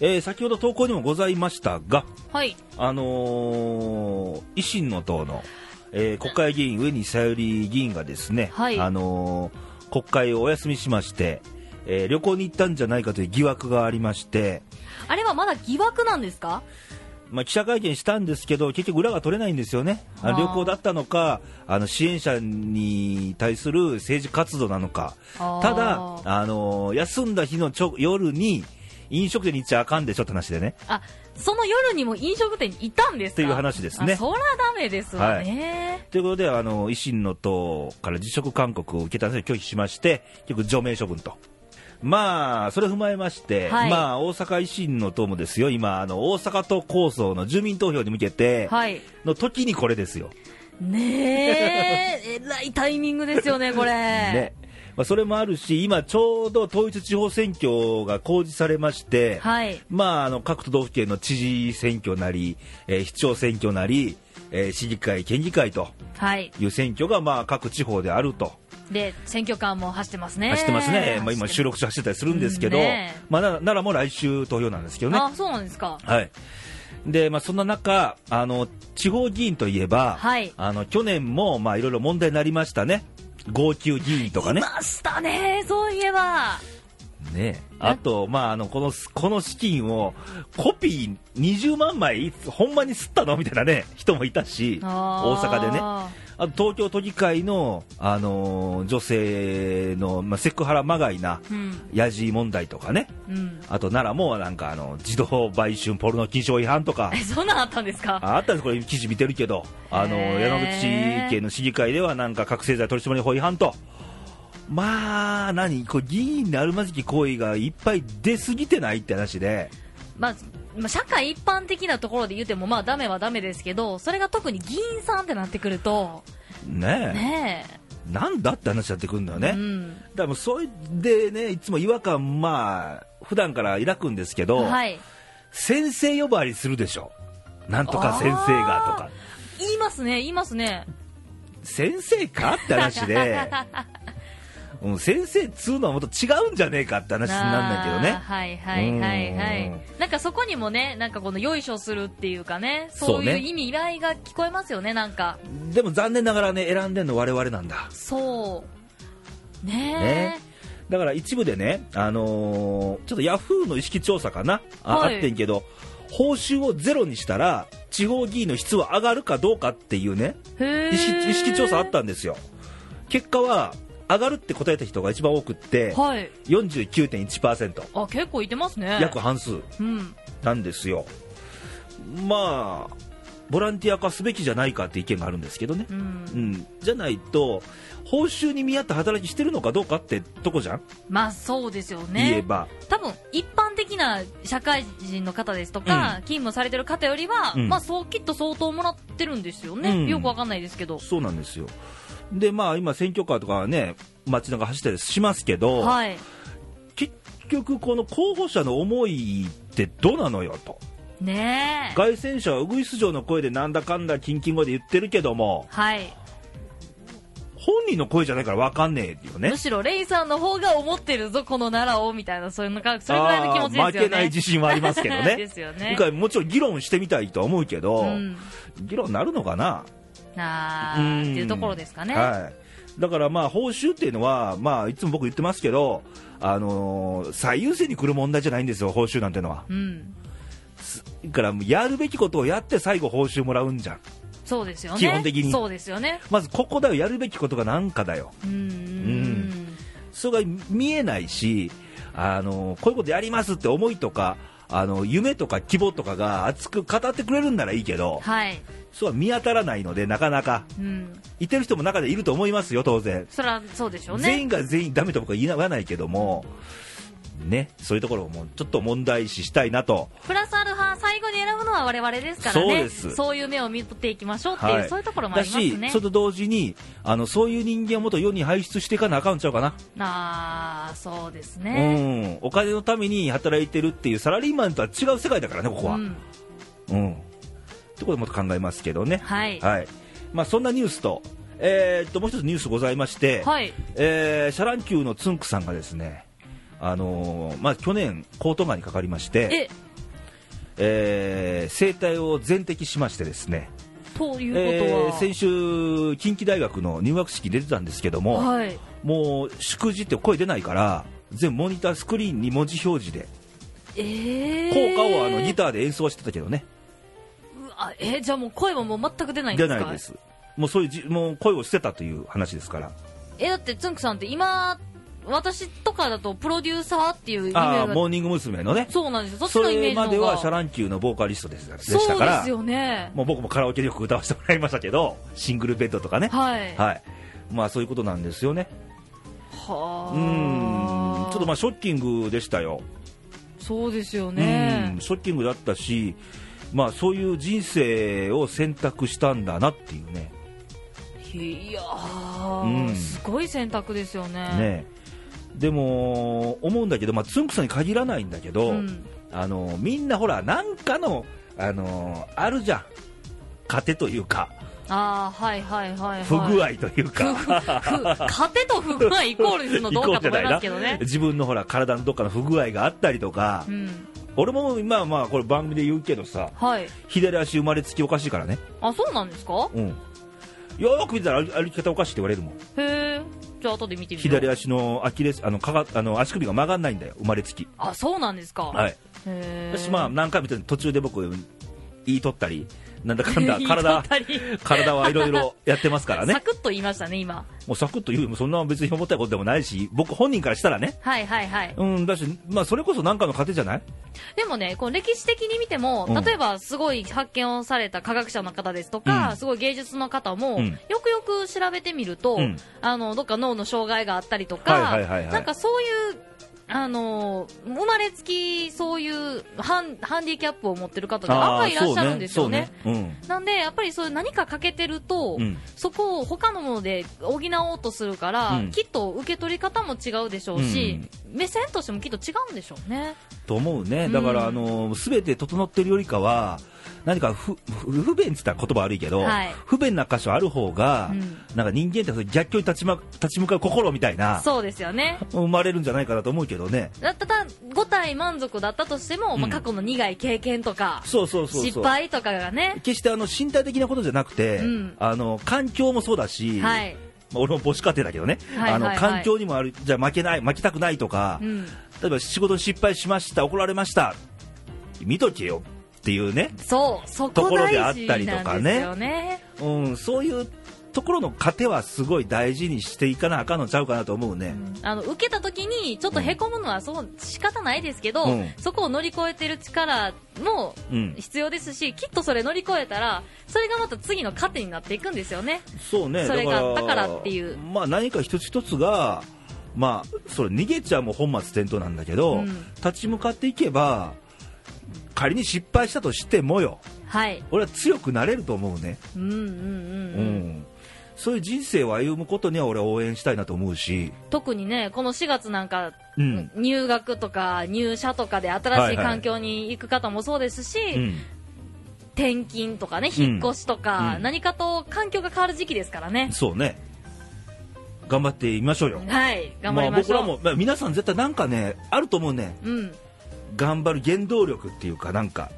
[SPEAKER 1] えー先ほど投稿にもございましたが、
[SPEAKER 2] はい。
[SPEAKER 1] あのー維新の党の、えー国会議員、上西さゆり議員がですね、
[SPEAKER 2] はい
[SPEAKER 1] あのー国会をお休みしまして、えー旅行に行ったんじゃないかという疑惑がありまして、
[SPEAKER 2] あれはまだ疑惑なんですか
[SPEAKER 1] まあ、記者会見したんですけど、結局、裏が取れないんですよね、あの
[SPEAKER 2] あー
[SPEAKER 1] 旅行だったのか、あの支援者に対する政治活動なのか、
[SPEAKER 2] あー
[SPEAKER 1] ただ、あのー休んだ日のちょ夜に、飲食店に行っちゃあかんでしょって話でね、
[SPEAKER 2] あ、その夜にも飲食店にいたんですか
[SPEAKER 1] っていう話ですね
[SPEAKER 2] あそらダメですわね。
[SPEAKER 1] ということで、あの、維新の党から辞職勧告を受けたんですけど拒否しまして、結局除名処分と。まあ、それを踏まえまして、
[SPEAKER 2] はい
[SPEAKER 1] まあ、大阪維新の党もですよ、今、あの、大阪都構想の住民投票に向けて、
[SPEAKER 2] はい。
[SPEAKER 1] の時にこれですよ。
[SPEAKER 2] ね え、えらいタイミングですよね、これ。
[SPEAKER 1] ね。まあ、それもあるし、今、ちょうど統一地方選挙が公示されまして、
[SPEAKER 2] はい。
[SPEAKER 1] まあ、あの各都道府県の知事選挙なり、えー市長選挙なり、えー市議会、県議会と
[SPEAKER 2] はい。
[SPEAKER 1] いう選挙が、まあ、各地方であると。
[SPEAKER 2] で、選挙カーも走ってますね。
[SPEAKER 1] 走ってますね、まあ、今、収録
[SPEAKER 2] 録
[SPEAKER 1] 中走ってたりするんですけど、
[SPEAKER 2] うんね
[SPEAKER 1] まあ、な奈良も来週投票なんですけどね、
[SPEAKER 2] あ、そうなんですか。
[SPEAKER 1] はいでまあ、そんな中あの、地方議員といえば、
[SPEAKER 2] はい
[SPEAKER 1] あの去年もまあいろいろ問題になりましたね、号泣議員とかね、
[SPEAKER 2] いましたね、そういえば。
[SPEAKER 1] ねあと、まああのこの、この資金をコピー20万枚、ほんまに吸ったのみたいな、ね、人もいたし、大
[SPEAKER 2] あー
[SPEAKER 1] 阪でね。あと東京都議会の、あのー女性の、まあ、セクハラまがいな
[SPEAKER 2] うん。
[SPEAKER 1] ヤジ問題とかね、
[SPEAKER 2] うん。
[SPEAKER 1] あと奈良もなんかあの自動売春ポルノ禁止法違反とか
[SPEAKER 2] え、。そんなんあったんですか
[SPEAKER 1] ああったんですこれ記事見てるけど、あの
[SPEAKER 2] へー
[SPEAKER 1] 山口県の市議会ではなんか覚醒剤取締法違反と、まあ、何、これ議員にあるまじき行為がいっぱい出過ぎてないって話で、
[SPEAKER 2] まあ、まあ社会一般的なところで言っても、まあ、ダメはダメですけど、それが特に議員さんってなってくると、
[SPEAKER 1] ね
[SPEAKER 2] ね
[SPEAKER 1] え、なんだって話になってくるんだよ
[SPEAKER 2] え。
[SPEAKER 1] ね、
[SPEAKER 2] うん。
[SPEAKER 1] だからもうそれでね、いつも違和感、まあ、普段から抱くんですけど、
[SPEAKER 2] はい。
[SPEAKER 1] 先生呼ばわりするでしょ、なんとか先生がとか。
[SPEAKER 2] 言いますね、言いますね。
[SPEAKER 1] 先生かって話 で、うん、先生っつうのはもっと違うんじゃねえかって話になるんだけど
[SPEAKER 2] あー
[SPEAKER 1] ね。
[SPEAKER 2] はいはいはいは
[SPEAKER 1] う
[SPEAKER 2] い
[SPEAKER 1] ん。
[SPEAKER 2] なんかそこにもね、なんかこの、よいしょするっていうかね、
[SPEAKER 1] そ
[SPEAKER 2] そういうう
[SPEAKER 1] ね
[SPEAKER 2] 意味依頼が聞こえますよね、なんか。
[SPEAKER 1] でも残念ながらね、選んでんの我々なんだ。
[SPEAKER 2] そう。
[SPEAKER 1] ね
[SPEAKER 2] ねえ。。
[SPEAKER 1] だから一部でね、あのーちょっとヤフーの意識調査かな、あ,、
[SPEAKER 2] はい
[SPEAKER 1] あってんけど、報酬をゼロにしたら、地方議員の質は上がるかどうかっていうね、
[SPEAKER 2] へー
[SPEAKER 1] 意識意識調査あっ。たんですよ。結果は、上がるって答えた人が一番多くって、
[SPEAKER 2] はい。
[SPEAKER 1] 49.1%、
[SPEAKER 2] あ、結構いてますね。
[SPEAKER 1] 約半数。
[SPEAKER 2] うん。
[SPEAKER 1] なんですよ。まあ、ボランティア化すべきじゃないかって意見があるんですけどね
[SPEAKER 2] う。ん
[SPEAKER 1] う。ん、じゃないと、報酬に見合った働きしてるのかどうかってとこじゃん、
[SPEAKER 2] まあそうですよね。
[SPEAKER 1] 言えば。
[SPEAKER 2] 多分一般的な社会人の方ですとか、
[SPEAKER 1] うん
[SPEAKER 2] 勤務されてる方よりは、
[SPEAKER 1] うん
[SPEAKER 2] まあそうきっと相当もらってるんですよね、
[SPEAKER 1] うん
[SPEAKER 2] よくわかんないですけど
[SPEAKER 1] そうなんですよ。で、まあ今、選挙カーとかはね、街中走ったりしますけど、
[SPEAKER 2] はい
[SPEAKER 1] 結局、この候補者の思いってどうなのよと。
[SPEAKER 2] ねえ
[SPEAKER 1] 外選者はウグイス嬢の声でなんだかんだキンキン声で言ってるけども、
[SPEAKER 2] はい
[SPEAKER 1] 本人の声じゃないから分かんねえよね
[SPEAKER 2] むしろレイさんの方が思ってるぞこの奈良をみたいなそういうのかそれぐらいの気持ちですよ
[SPEAKER 1] あー
[SPEAKER 2] ね
[SPEAKER 1] 負けない自信はありますけど ね
[SPEAKER 2] ですよね
[SPEAKER 1] だからもちろん議論してみたいとは思うけど、
[SPEAKER 2] うん
[SPEAKER 1] 議論なるのかな
[SPEAKER 2] あ
[SPEAKER 1] うん
[SPEAKER 2] ーっていうところですかね、
[SPEAKER 1] はい、だからまあ報酬っていうのは、まあ、いつも僕言ってますけど、あのー最優先に来る問題じゃないんですよ、報酬なんてのは。
[SPEAKER 2] うん
[SPEAKER 1] だからやるべきことをやって最後、報酬もらうんじゃん、
[SPEAKER 2] そうですよね
[SPEAKER 1] 基本的に
[SPEAKER 2] そうですよね
[SPEAKER 1] まずここだよ、やるべきことが何かだよ、
[SPEAKER 2] うんうん
[SPEAKER 1] それが見えないし、あのーこういうことやりますって思いとか、あの夢とか希望とかが熱く語ってくれるんならいいけど、
[SPEAKER 2] はい、
[SPEAKER 1] そうは見当たらないので、なかなか、
[SPEAKER 2] うん、
[SPEAKER 1] いてる人も中でいると思いますよ、当然。
[SPEAKER 2] それはそうでしょうね
[SPEAKER 1] 全員が全員ダメと僕は言わないけども、ね、そういうところもちょっと問題視したいなと、
[SPEAKER 2] プラスアルファ最後に選ぶのは我々ですからね
[SPEAKER 1] そうです
[SPEAKER 2] そういう目を見ていきましょうっていう、
[SPEAKER 1] はい
[SPEAKER 2] そういうところもあ
[SPEAKER 1] だ
[SPEAKER 2] ります
[SPEAKER 1] し、
[SPEAKER 2] ね
[SPEAKER 1] それと同時にあのそういう人間をもっと世に輩出していかなあかんちゃうかな、
[SPEAKER 2] あーそうですね、
[SPEAKER 1] うん、お金のために働いてるっていうサラリーマンとは違う世界だからね、ここは。
[SPEAKER 2] う
[SPEAKER 1] うん
[SPEAKER 2] ん
[SPEAKER 1] ってことも考えますけどね、
[SPEAKER 2] はい
[SPEAKER 1] まあ、そんなニュースと、えーっともう一つニュースございまして、
[SPEAKER 2] はい
[SPEAKER 1] えーシャランキューのつんくさんがですね、あのーまあ、去年、喉頭がんにかかりまして。
[SPEAKER 2] え
[SPEAKER 1] えー声帯を全摘しましてですね、
[SPEAKER 2] という
[SPEAKER 1] え
[SPEAKER 2] こ
[SPEAKER 1] ー
[SPEAKER 2] とは、
[SPEAKER 1] 先週、近畿大学の入学式出てたんですけども、
[SPEAKER 2] はい
[SPEAKER 1] もう祝辞って声出ないから、全モニタースクリーンに文字表示で、
[SPEAKER 2] えー、
[SPEAKER 1] 効果をあのギターで演奏してたけどね、
[SPEAKER 2] うわえじゃあもう声ももう全く出ないんで
[SPEAKER 1] 出
[SPEAKER 2] すか
[SPEAKER 1] ないです、もうそういうじもう声を捨てたという話ですから、
[SPEAKER 2] えだってつんくさんって今私とかだとプロデューサーっていうイメ
[SPEAKER 1] あ
[SPEAKER 2] ー
[SPEAKER 1] ー
[SPEAKER 2] ジが
[SPEAKER 1] モーニング娘。のね、
[SPEAKER 2] そうなんですよそっち
[SPEAKER 1] そ
[SPEAKER 2] のイメー
[SPEAKER 1] れ
[SPEAKER 2] ジの
[SPEAKER 1] ま
[SPEAKER 2] 方
[SPEAKER 1] では
[SPEAKER 2] が
[SPEAKER 1] シャランキューのボーカリストでしたでし
[SPEAKER 2] そ
[SPEAKER 1] た
[SPEAKER 2] う
[SPEAKER 1] か
[SPEAKER 2] で
[SPEAKER 1] ら
[SPEAKER 2] す、よね
[SPEAKER 1] もう僕もカラオケでよく歌わせてもらいましたけど、シングルベッドとかね、
[SPEAKER 2] はいは
[SPEAKER 1] はいまあ、そういうことなんですよね。う
[SPEAKER 2] あ
[SPEAKER 1] ーんちょっとまあショッキングでしたよ、
[SPEAKER 2] そうですよ
[SPEAKER 1] うん
[SPEAKER 2] ね
[SPEAKER 1] ショッキングだったし、まあ、そういう人生を選択したんだなっていうね、
[SPEAKER 2] いや
[SPEAKER 1] う
[SPEAKER 2] ー
[SPEAKER 1] ん
[SPEAKER 2] すごい選択ですよね
[SPEAKER 1] ねでも、思うんだけど、まあ、つんくさんに限らないんだけど、
[SPEAKER 2] うん
[SPEAKER 1] あのみんなほら、なんかのあのあるじゃん、糧というか、
[SPEAKER 2] ああはいはいはい、はい、
[SPEAKER 1] 不具合というか。
[SPEAKER 2] ふ勝てと不具合イコールにするのどうかと思いますけどね
[SPEAKER 1] 自分のほら体のどっかの不具合があったりとか、
[SPEAKER 2] うん
[SPEAKER 1] 俺もまあまあこれ番組で言うけどさ
[SPEAKER 2] はい
[SPEAKER 1] 左足生まれつきおかしいからね
[SPEAKER 2] あそうなんですか
[SPEAKER 1] うん、よーく見てたら歩歩き方おかしいって言われるもん
[SPEAKER 2] へえじゃあ後で見てみよう
[SPEAKER 1] 左足のアキレスあのかがあの足首が曲がんないんだよ生まれつき、
[SPEAKER 2] あそうなんですか、
[SPEAKER 1] はい、
[SPEAKER 2] へえ
[SPEAKER 1] 私まあ何回も言って途中で僕言い取ったりなんだかんだ
[SPEAKER 2] 言い取
[SPEAKER 1] 体
[SPEAKER 2] ったり
[SPEAKER 1] 体はいろいろやってます から
[SPEAKER 2] サ
[SPEAKER 1] ね
[SPEAKER 2] クッと言いましたね今
[SPEAKER 1] もうサクッと言うそんな別に思ったことでもないし僕本人からしたらね
[SPEAKER 2] はいはいはい
[SPEAKER 1] うんだし、まあ、それこそ何かの糧じゃない
[SPEAKER 2] でもねこう歴史的に見ても
[SPEAKER 1] うん
[SPEAKER 2] 例えばすごい発見をされた科学者の方ですとか、
[SPEAKER 1] うん
[SPEAKER 2] すごい芸術の方も、
[SPEAKER 1] うん
[SPEAKER 2] よくよく調べてみると、
[SPEAKER 1] うん
[SPEAKER 2] あのどっか脳の障害があったりとか、
[SPEAKER 1] はいはいはいはい
[SPEAKER 2] なんかそういうあの生まれつきそういうハンハンディキャップを持ってる方が案
[SPEAKER 1] あ
[SPEAKER 2] 外いらっしゃるんですよね。
[SPEAKER 1] そうね
[SPEAKER 2] なんでやっぱりそういう何か欠けてると、
[SPEAKER 1] うんうん
[SPEAKER 2] そこを他のもので補おうとするから、
[SPEAKER 1] うん
[SPEAKER 2] きっと受け取り方も違うでしょうし、目線としてもきっと違うんでしょうね。
[SPEAKER 1] と思うねだか
[SPEAKER 2] うん
[SPEAKER 1] ら、あの全て整ってるよりかは何か不不不便って言ったら言葉悪いけど、
[SPEAKER 2] はい
[SPEAKER 1] 不便な箇所ある方が、
[SPEAKER 2] うん
[SPEAKER 1] なんか人間ってそういう逆境に立ち,、ま、立ち向かう心みたいな
[SPEAKER 2] そうですよね。
[SPEAKER 1] 生まれるんじゃないかなと思うけどね
[SPEAKER 2] だただ5体満足だったとしても、ま
[SPEAKER 1] う
[SPEAKER 2] あ、
[SPEAKER 1] ん
[SPEAKER 2] 過去の苦い経験とか、
[SPEAKER 1] そうそうそうそう
[SPEAKER 2] 失敗とかがね、
[SPEAKER 1] 決してあの身体的なことじゃなくて、
[SPEAKER 2] うん
[SPEAKER 1] あの環境もそうだし、
[SPEAKER 2] はい、
[SPEAKER 1] まあ俺も母子家庭だけどね、
[SPEAKER 2] はいはいはい
[SPEAKER 1] あの環境にもあるじゃあ負けない負けたくないとか、
[SPEAKER 2] うん、
[SPEAKER 1] 例えば仕事に失敗しました怒られました見とけよっていうね、
[SPEAKER 2] そう、そ
[SPEAKER 1] と
[SPEAKER 2] こ
[SPEAKER 1] ころ
[SPEAKER 2] 大
[SPEAKER 1] であっ
[SPEAKER 2] 事な
[SPEAKER 1] た
[SPEAKER 2] ん
[SPEAKER 1] りとかね
[SPEAKER 2] ですよね。
[SPEAKER 1] うん、そういうところの糧はすごい大事にしていかなあかんのちゃうかなと思うね、
[SPEAKER 2] あの受けた時にちょっとへこむのはそう仕方ないですけど、
[SPEAKER 1] うん
[SPEAKER 2] そこを乗り越えてる力も
[SPEAKER 1] うん
[SPEAKER 2] 必要ですし、きっとそれ乗り越えたらそれがまた次の糧になっていくんですよね
[SPEAKER 1] そうね
[SPEAKER 2] それが
[SPEAKER 1] だ
[SPEAKER 2] だからっていう
[SPEAKER 1] まあ、何か一つ一つが、まあ、それ逃げちゃうも本末転倒なんだけど、
[SPEAKER 2] うん
[SPEAKER 1] 立ち向かっていけば仮に失敗したとしてもよ
[SPEAKER 2] はい
[SPEAKER 1] 俺は強くなれると思うね、
[SPEAKER 2] うんう
[SPEAKER 1] う
[SPEAKER 2] んうん、うん、
[SPEAKER 1] そういう人生を歩むことには俺は応援したいなと思うし、
[SPEAKER 2] 特にねこの4月なんか
[SPEAKER 1] うん
[SPEAKER 2] 入学とか入社とかで
[SPEAKER 1] は
[SPEAKER 2] 新しい
[SPEAKER 1] いはい
[SPEAKER 2] 環境に行く方もそうですし、
[SPEAKER 1] うん
[SPEAKER 2] 転勤とかね
[SPEAKER 1] うん
[SPEAKER 2] 引っ越しとか、
[SPEAKER 1] うん
[SPEAKER 2] 何かと環境が変わる時期ですからね、
[SPEAKER 1] そうね頑張ってみましょうよ。
[SPEAKER 2] はい、頑張りましょう。
[SPEAKER 1] あ僕らも、まあ、皆さん絶対なんかね、あると思うね。
[SPEAKER 2] うん。
[SPEAKER 1] 頑張る原動力っていうか、なんか。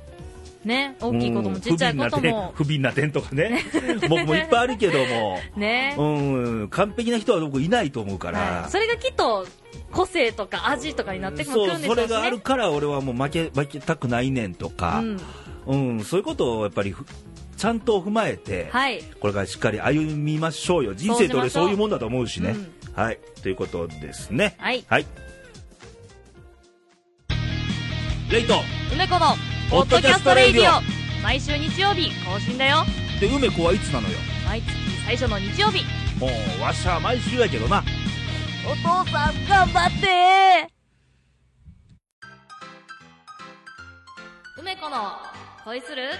[SPEAKER 2] ね、大きいこと
[SPEAKER 1] う
[SPEAKER 2] も
[SPEAKER 1] ん
[SPEAKER 2] ちっちゃいことも。
[SPEAKER 1] 不憫な点不憫な点とかね。僕もいっぱいあるけども。
[SPEAKER 2] ね。
[SPEAKER 1] うん、完璧な人は僕いないと思うから。
[SPEAKER 2] はいそれがきっと、個性とか味とかになってく
[SPEAKER 1] そ
[SPEAKER 2] る
[SPEAKER 1] うん
[SPEAKER 2] でしょ
[SPEAKER 1] そう
[SPEAKER 2] しね。
[SPEAKER 1] れがあるから俺はもう負け負けたくないねんとか、
[SPEAKER 2] うん。
[SPEAKER 1] うんそういうことをやっぱりふちゃんと踏まえて、
[SPEAKER 2] はい。
[SPEAKER 1] これからしっかり歩みましょうよ人生って俺
[SPEAKER 2] そうしましょう
[SPEAKER 1] そういうもんだと思うしね、
[SPEAKER 2] うん
[SPEAKER 1] はいということですね
[SPEAKER 2] はい。
[SPEAKER 1] はいレイト
[SPEAKER 2] 梅子の、ポッドキャストレイディオ。毎週日曜日更新だよ。
[SPEAKER 1] で梅子はいつなのよ
[SPEAKER 2] 毎月最初の日曜日。
[SPEAKER 1] もうわしゃ毎週やけどな
[SPEAKER 2] お父さん、頑張って梅子の恋する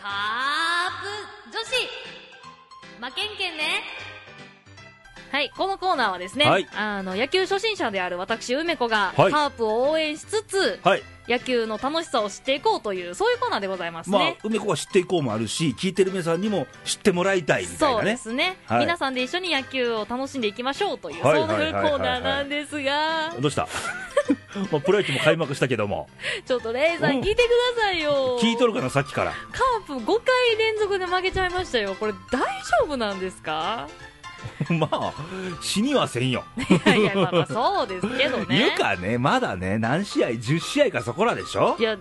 [SPEAKER 2] カープ女子負けんけんねはい、このコーナーはですね、
[SPEAKER 1] はい
[SPEAKER 2] あの、野球初心者である私、梅子が、
[SPEAKER 1] はい
[SPEAKER 2] カープを応援しつつ、
[SPEAKER 1] はい
[SPEAKER 2] 野球の楽しさを知っていこうという、そういうコーナーでございます
[SPEAKER 1] まあ、
[SPEAKER 2] ね。
[SPEAKER 1] 梅子は知っていこうもあるし聞いてる皆さんにも知ってもらいたいみたい
[SPEAKER 2] そ
[SPEAKER 1] な
[SPEAKER 2] うで
[SPEAKER 1] ね
[SPEAKER 2] すね、
[SPEAKER 1] はい
[SPEAKER 2] 皆さんで一緒に野球を楽しんでいきましょうという、
[SPEAKER 1] はい
[SPEAKER 2] そう
[SPEAKER 1] はい
[SPEAKER 2] い
[SPEAKER 1] は
[SPEAKER 2] う
[SPEAKER 1] い
[SPEAKER 2] コ
[SPEAKER 1] はいはい
[SPEAKER 2] ーナーなんですが、
[SPEAKER 1] どうした まあプロ野球も開幕したけども
[SPEAKER 2] ちょっとレイさん
[SPEAKER 1] うん
[SPEAKER 2] 聞いてくださいよ
[SPEAKER 1] 聞いとるかなさっきから
[SPEAKER 2] カープ5回連続で負けちゃいましたよこれ大丈夫なんです か
[SPEAKER 1] まあ、死にはせんよ。
[SPEAKER 2] いやいやまあまあそうですけどね
[SPEAKER 1] 言うかね、まだね、何試合、10試合かそこらでしょ
[SPEAKER 2] いや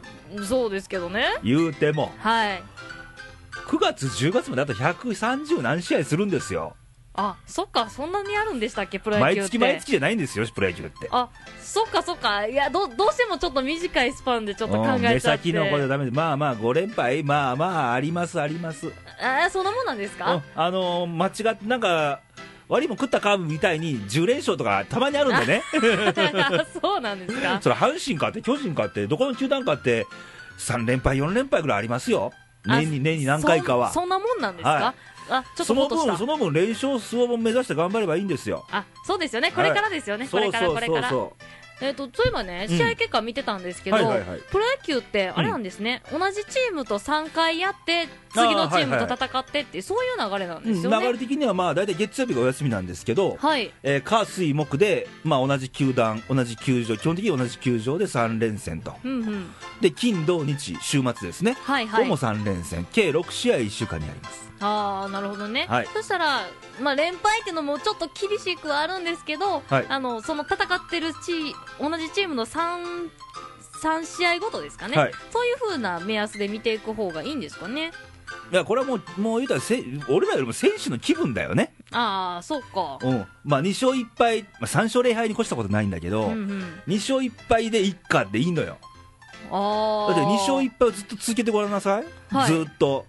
[SPEAKER 2] そうですけどね
[SPEAKER 1] 言うても、
[SPEAKER 2] はい
[SPEAKER 1] 9月、10月まであと130何試合するんですよ。
[SPEAKER 2] あそっかそんなにあるんでしたっけプロ野
[SPEAKER 1] 毎
[SPEAKER 2] 球って
[SPEAKER 1] 月毎月じゃないんですよ、プロ野球って。
[SPEAKER 2] あそっかそっかいやどどうしてもちょっと短いスパンでちょっと考
[SPEAKER 1] うん
[SPEAKER 2] え
[SPEAKER 1] 目
[SPEAKER 2] ちゃって、
[SPEAKER 1] 先のことはダメで、まあまあ、5連敗、まあまあ、あります、あります。うん
[SPEAKER 2] あそんなもんなんですか、
[SPEAKER 1] あのー間違って、なんか、悪いもん食ったカーブみたいに10連勝とかたまにあるんで ね。
[SPEAKER 2] そうなんです か
[SPEAKER 1] それ、阪神かって、巨人かって、どこの球団かって、3連敗、4連敗ぐらいありますよ。
[SPEAKER 2] あ
[SPEAKER 1] 年に、年に何回かは。
[SPEAKER 2] そんそんなもんなんですか、
[SPEAKER 1] は
[SPEAKER 2] あちょっ
[SPEAKER 1] そ
[SPEAKER 2] とほ
[SPEAKER 1] の
[SPEAKER 2] っとした
[SPEAKER 1] 分、その分、連勝数を目指して頑張ればいいんですよ。
[SPEAKER 2] あそうですよねこれからですよね、これからこれから
[SPEAKER 1] そ
[SPEAKER 2] えっとそういえばね
[SPEAKER 1] うん
[SPEAKER 2] 試合結果見てたんですけど、
[SPEAKER 1] はいはいはい
[SPEAKER 2] プロ野球ってあれなんですね、同じチームと3回やって次のチームと戦ってっていうそういう流れなん
[SPEAKER 1] う
[SPEAKER 2] で
[SPEAKER 1] そう
[SPEAKER 2] す
[SPEAKER 1] そう
[SPEAKER 2] よ
[SPEAKER 1] 流れ
[SPEAKER 2] ね、
[SPEAKER 1] 的には、まあ、大体月曜日がお休みなんですけど、
[SPEAKER 2] はい
[SPEAKER 1] えー火、水、木で、まあ、同じ球団、同じ球場、基本的に同じ球場で3連戦と。
[SPEAKER 2] うんうん
[SPEAKER 1] で、金、土、日、週末ですね。
[SPEAKER 2] はい
[SPEAKER 1] こ
[SPEAKER 2] は
[SPEAKER 1] こ
[SPEAKER 2] い
[SPEAKER 1] も3連戦、計6試合1週間にあります。
[SPEAKER 2] ああなるほどね、
[SPEAKER 1] はい
[SPEAKER 2] そしたら、まあ、連敗っていうのもちょっと厳しくはあるんですけど、
[SPEAKER 1] はい
[SPEAKER 2] あのその戦ってるチー同じチームの 3, 3試合ごとですかね、
[SPEAKER 1] はい
[SPEAKER 2] そういう風な目安で見ていく方がいいんですかね
[SPEAKER 1] いや、これはもう、もう言うたらせ、俺らよりも選手の気分だよね。
[SPEAKER 2] ああそうか
[SPEAKER 1] うん。まあ、2勝1敗、まあ、3勝0敗に越したことないんだけど、
[SPEAKER 2] うんうん
[SPEAKER 1] 2勝1敗で1巻でいいのよ。
[SPEAKER 2] ああ
[SPEAKER 1] だって2勝1敗をずっと続けてごらんなさい、
[SPEAKER 2] はい
[SPEAKER 1] ずっと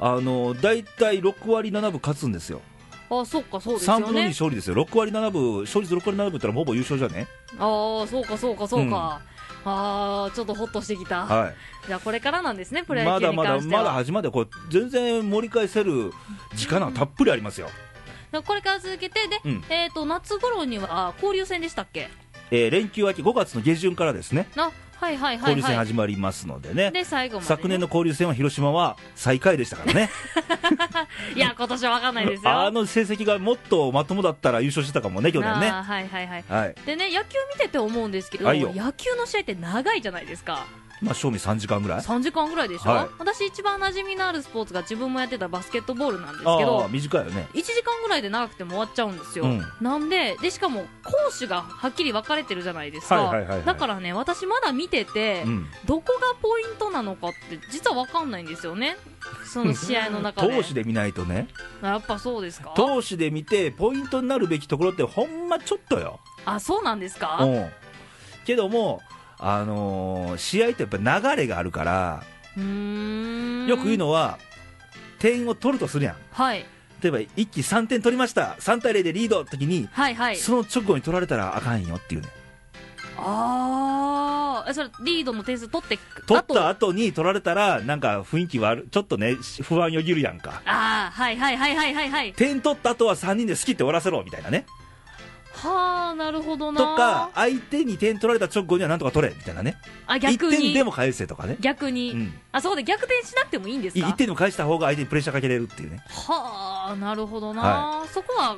[SPEAKER 1] あの大体6割7分勝つんですよ
[SPEAKER 2] あそっかそうです
[SPEAKER 1] 3
[SPEAKER 2] よ
[SPEAKER 1] 分の2
[SPEAKER 2] ね
[SPEAKER 1] 勝利ですよ6割7分勝率6割7分って言ったらほぼ優勝じゃね
[SPEAKER 2] ああそうかそうかそうか、ああちょっとホッとしてきた、
[SPEAKER 1] はい
[SPEAKER 2] じゃあこれからなんですねプロ野
[SPEAKER 1] ま
[SPEAKER 2] 球
[SPEAKER 1] だ
[SPEAKER 2] に
[SPEAKER 1] まだ
[SPEAKER 2] 関しては
[SPEAKER 1] まだ始まってこれ全然盛り返せる時間はたっぷりありますよ、
[SPEAKER 2] これから続けてで、
[SPEAKER 1] うん
[SPEAKER 2] えっ、と夏頃にはあ交流戦でしたっけ
[SPEAKER 1] えー連休明け5月の下旬からですね
[SPEAKER 2] なはいはいは
[SPEAKER 1] 交
[SPEAKER 2] い
[SPEAKER 1] 流戦
[SPEAKER 2] はい
[SPEAKER 1] 始まりますのでね、
[SPEAKER 2] で最後まで、
[SPEAKER 1] 昨年の交流戦は広島は最下位でしたから ね
[SPEAKER 2] いや今年は分かんないですよ
[SPEAKER 1] あの成績がもっとまともだったら優勝してたかもね去年
[SPEAKER 2] あ
[SPEAKER 1] ね
[SPEAKER 2] ーはいはいはい
[SPEAKER 1] はい
[SPEAKER 2] でね野球見てて思うんですけど、
[SPEAKER 1] はいよ
[SPEAKER 2] 野球の試合って長いじゃないですか
[SPEAKER 1] まあ賞味3時間ぐらい
[SPEAKER 2] 3時間ぐらいでしょ、
[SPEAKER 1] はい
[SPEAKER 2] 私一番馴染みのあるスポーツが自分もやってたバスケットボールなんですけ
[SPEAKER 1] あ
[SPEAKER 2] ど
[SPEAKER 1] あー短いよね
[SPEAKER 2] 1時間ぐらいで長くても終わっちゃうんですよ、
[SPEAKER 1] うん
[SPEAKER 2] なんででしかも攻守がはっきり分かれてるじゃないですか、
[SPEAKER 1] はいはいはいはい
[SPEAKER 2] だからね私まだ見てて、
[SPEAKER 1] うん
[SPEAKER 2] どこがポイントなのかって実は分かんないんですよねその試合の 中で
[SPEAKER 1] 投手で見ないとね
[SPEAKER 2] あやっぱそうですか
[SPEAKER 1] 投手で見てポイントになるべきところってほんまちょっとよ、
[SPEAKER 2] あそうなんですか、
[SPEAKER 1] うん、けども、あのー試合ってやっぱ流れがあるから
[SPEAKER 2] うーん
[SPEAKER 1] よく言うのは点を取るとするやん
[SPEAKER 2] はい
[SPEAKER 1] 例えば一気3点取りました3対0でリードの時に、
[SPEAKER 2] はいはい
[SPEAKER 1] その直後に取られたらあかんよっていうね
[SPEAKER 2] あーえそれリードの点数取って
[SPEAKER 1] 取っ
[SPEAKER 2] あ
[SPEAKER 1] た
[SPEAKER 2] と
[SPEAKER 1] 後に取られたらなんか雰囲気悪いちょっとね不安よぎるやんか
[SPEAKER 2] あーはいはいはいはいはいはい
[SPEAKER 1] 点取った後は3人で好きって終わらせろみたいなね
[SPEAKER 2] はあなるほどな
[SPEAKER 1] とか相手に点取られた直後にはなんとか取れみたいなね
[SPEAKER 2] あ
[SPEAKER 1] 1
[SPEAKER 2] 逆
[SPEAKER 1] 点
[SPEAKER 2] に
[SPEAKER 1] でも返せとかね、
[SPEAKER 2] 逆
[SPEAKER 1] う
[SPEAKER 2] に、
[SPEAKER 1] ん、
[SPEAKER 2] あそこで逆転しなくてもいいんですか
[SPEAKER 1] 1点でも返した方が相手にプレッシャーかけれるっていうね
[SPEAKER 2] はあなるほどな、
[SPEAKER 1] は
[SPEAKER 2] そこは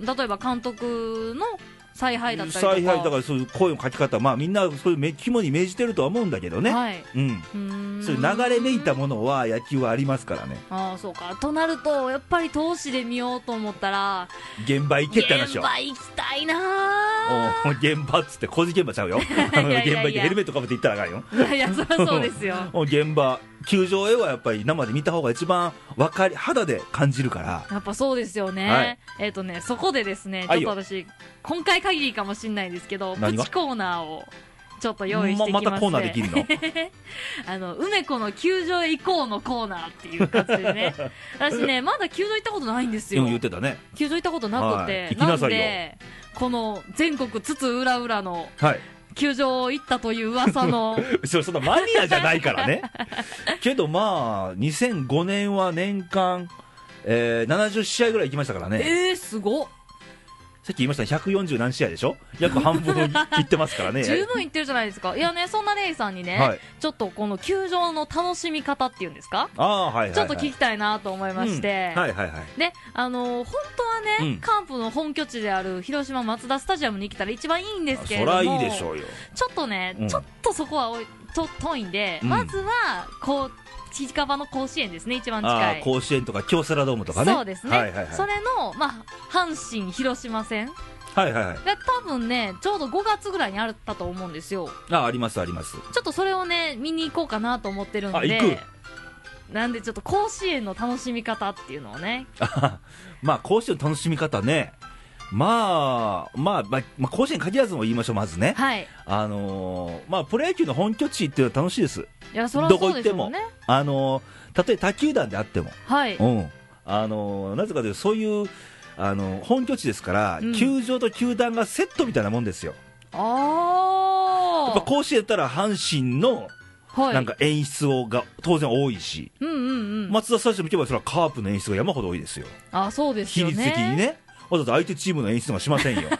[SPEAKER 2] 例えば監督の采配だったりとか
[SPEAKER 1] 采配だからそういう声の書き方、まあ、みんなそういうめ肝に銘じてるとは思うんだけどね、
[SPEAKER 2] はいう
[SPEAKER 1] うん、
[SPEAKER 2] ーん
[SPEAKER 1] そういう流れめいたものは野球はありますからね
[SPEAKER 2] ああそうかとなるとやっぱり投資で見ようと思ったら
[SPEAKER 1] 現場行けって話
[SPEAKER 2] 現
[SPEAKER 1] を。
[SPEAKER 2] 場行きたいな
[SPEAKER 1] おう現場っつって工事現場ちゃうよあの
[SPEAKER 2] いやいやい
[SPEAKER 1] 現
[SPEAKER 2] や
[SPEAKER 1] 場行ってヘルメットかぶって行ったらあかんよ
[SPEAKER 2] ーい やいやそりゃそうですよ
[SPEAKER 1] おう現場球場へはやっぱり生で見た方が一番わかり肌で感じるから
[SPEAKER 2] やっぱそうですよね、
[SPEAKER 1] はい
[SPEAKER 2] えっ、とねそこでですね
[SPEAKER 1] はい
[SPEAKER 2] ちょっと
[SPEAKER 1] よ
[SPEAKER 2] 私今回限りかもしれないですけどプ
[SPEAKER 1] 何が
[SPEAKER 2] チコーナーをちょっと用意してき
[SPEAKER 1] ま
[SPEAKER 2] まして、
[SPEAKER 1] またコーナーできる の
[SPEAKER 2] あの梅子の球場へ行こうのコーナーっていう感じで ね私ねまだ球場行ったことないんです
[SPEAKER 1] で
[SPEAKER 2] よ
[SPEAKER 1] も言ってたね
[SPEAKER 2] 球場行ったことなくて、
[SPEAKER 1] はい行きなさいよ
[SPEAKER 2] んでこの全国津々浦々の
[SPEAKER 1] はい
[SPEAKER 2] 球場行ったという 噂の
[SPEAKER 1] そそんなマニアじゃないからね けどまあ2005年は年間、えー70試合ぐらい行きましたからね
[SPEAKER 2] えー、すごっ
[SPEAKER 1] さっき言いましたね140何試合でしょ約半分 を切ってますからね
[SPEAKER 2] 十分行ってるじゃないですかいやねそんなレイさんにね、
[SPEAKER 1] はい
[SPEAKER 2] ちょっとこの球場の楽しみ方っていうんですか、
[SPEAKER 1] ああはいはい、はい、
[SPEAKER 2] ちょっと聞きたいなと思いまして、
[SPEAKER 1] うんはいはいはい
[SPEAKER 2] であのー本当はね、
[SPEAKER 1] うん
[SPEAKER 2] カンプの本拠地である広島マツダスタジアムに来たら一番いいんですけれ
[SPEAKER 1] そ
[SPEAKER 2] ども
[SPEAKER 1] らいいでしょうよ
[SPEAKER 2] ちょっとね、
[SPEAKER 1] うん
[SPEAKER 2] ちょっとそこはおいちょっと遠いんで、
[SPEAKER 1] うん
[SPEAKER 2] まずはこう近場の甲子園ですね一番近
[SPEAKER 1] ああ
[SPEAKER 2] い
[SPEAKER 1] 甲子園とか京セラドームとかね
[SPEAKER 2] そうですね、
[SPEAKER 1] はいはいはい
[SPEAKER 2] それの、まあ、阪神・広島戦
[SPEAKER 1] はいはいはい
[SPEAKER 2] が多分ねちょうど5月ぐらいにあったと思うんですよ
[SPEAKER 1] ああありますあります
[SPEAKER 2] ちょっとそれをね見に行こうかなと思ってるんで
[SPEAKER 1] あ行
[SPEAKER 2] なんでちょっと甲子園の楽しみ方っていうのをね
[SPEAKER 1] あははまあ甲子園の楽しみ方ねまあまあ、まあまあ、甲子園限らずも言いましょうまずね
[SPEAKER 2] はい
[SPEAKER 1] あのーまあプロ野球の本拠地っていうのは楽しいです
[SPEAKER 2] いやそら
[SPEAKER 1] ど
[SPEAKER 2] そ
[SPEAKER 1] こ行
[SPEAKER 2] う
[SPEAKER 1] っ
[SPEAKER 2] です
[SPEAKER 1] て
[SPEAKER 2] よ
[SPEAKER 1] も
[SPEAKER 2] ね
[SPEAKER 1] あのーたとえ他球団であっても
[SPEAKER 2] はい
[SPEAKER 1] うんあのーなぜかというとそういうあのー本拠地ですから、
[SPEAKER 2] うん
[SPEAKER 1] 球場と球団がセットみたいなもんですよやっぱ
[SPEAKER 2] あ
[SPEAKER 1] 甲子園だったら阪神の
[SPEAKER 2] あはい
[SPEAKER 1] なんか演出をが当然多いし、
[SPEAKER 2] うんうんうん、
[SPEAKER 1] 松田スタジアム行けばそれはカープの演出が山ほど多いですよ
[SPEAKER 2] あそうです
[SPEAKER 1] 比
[SPEAKER 2] よ
[SPEAKER 1] 率
[SPEAKER 2] ね
[SPEAKER 1] 的にねわざわざ相手チームの演出とかしませんよ、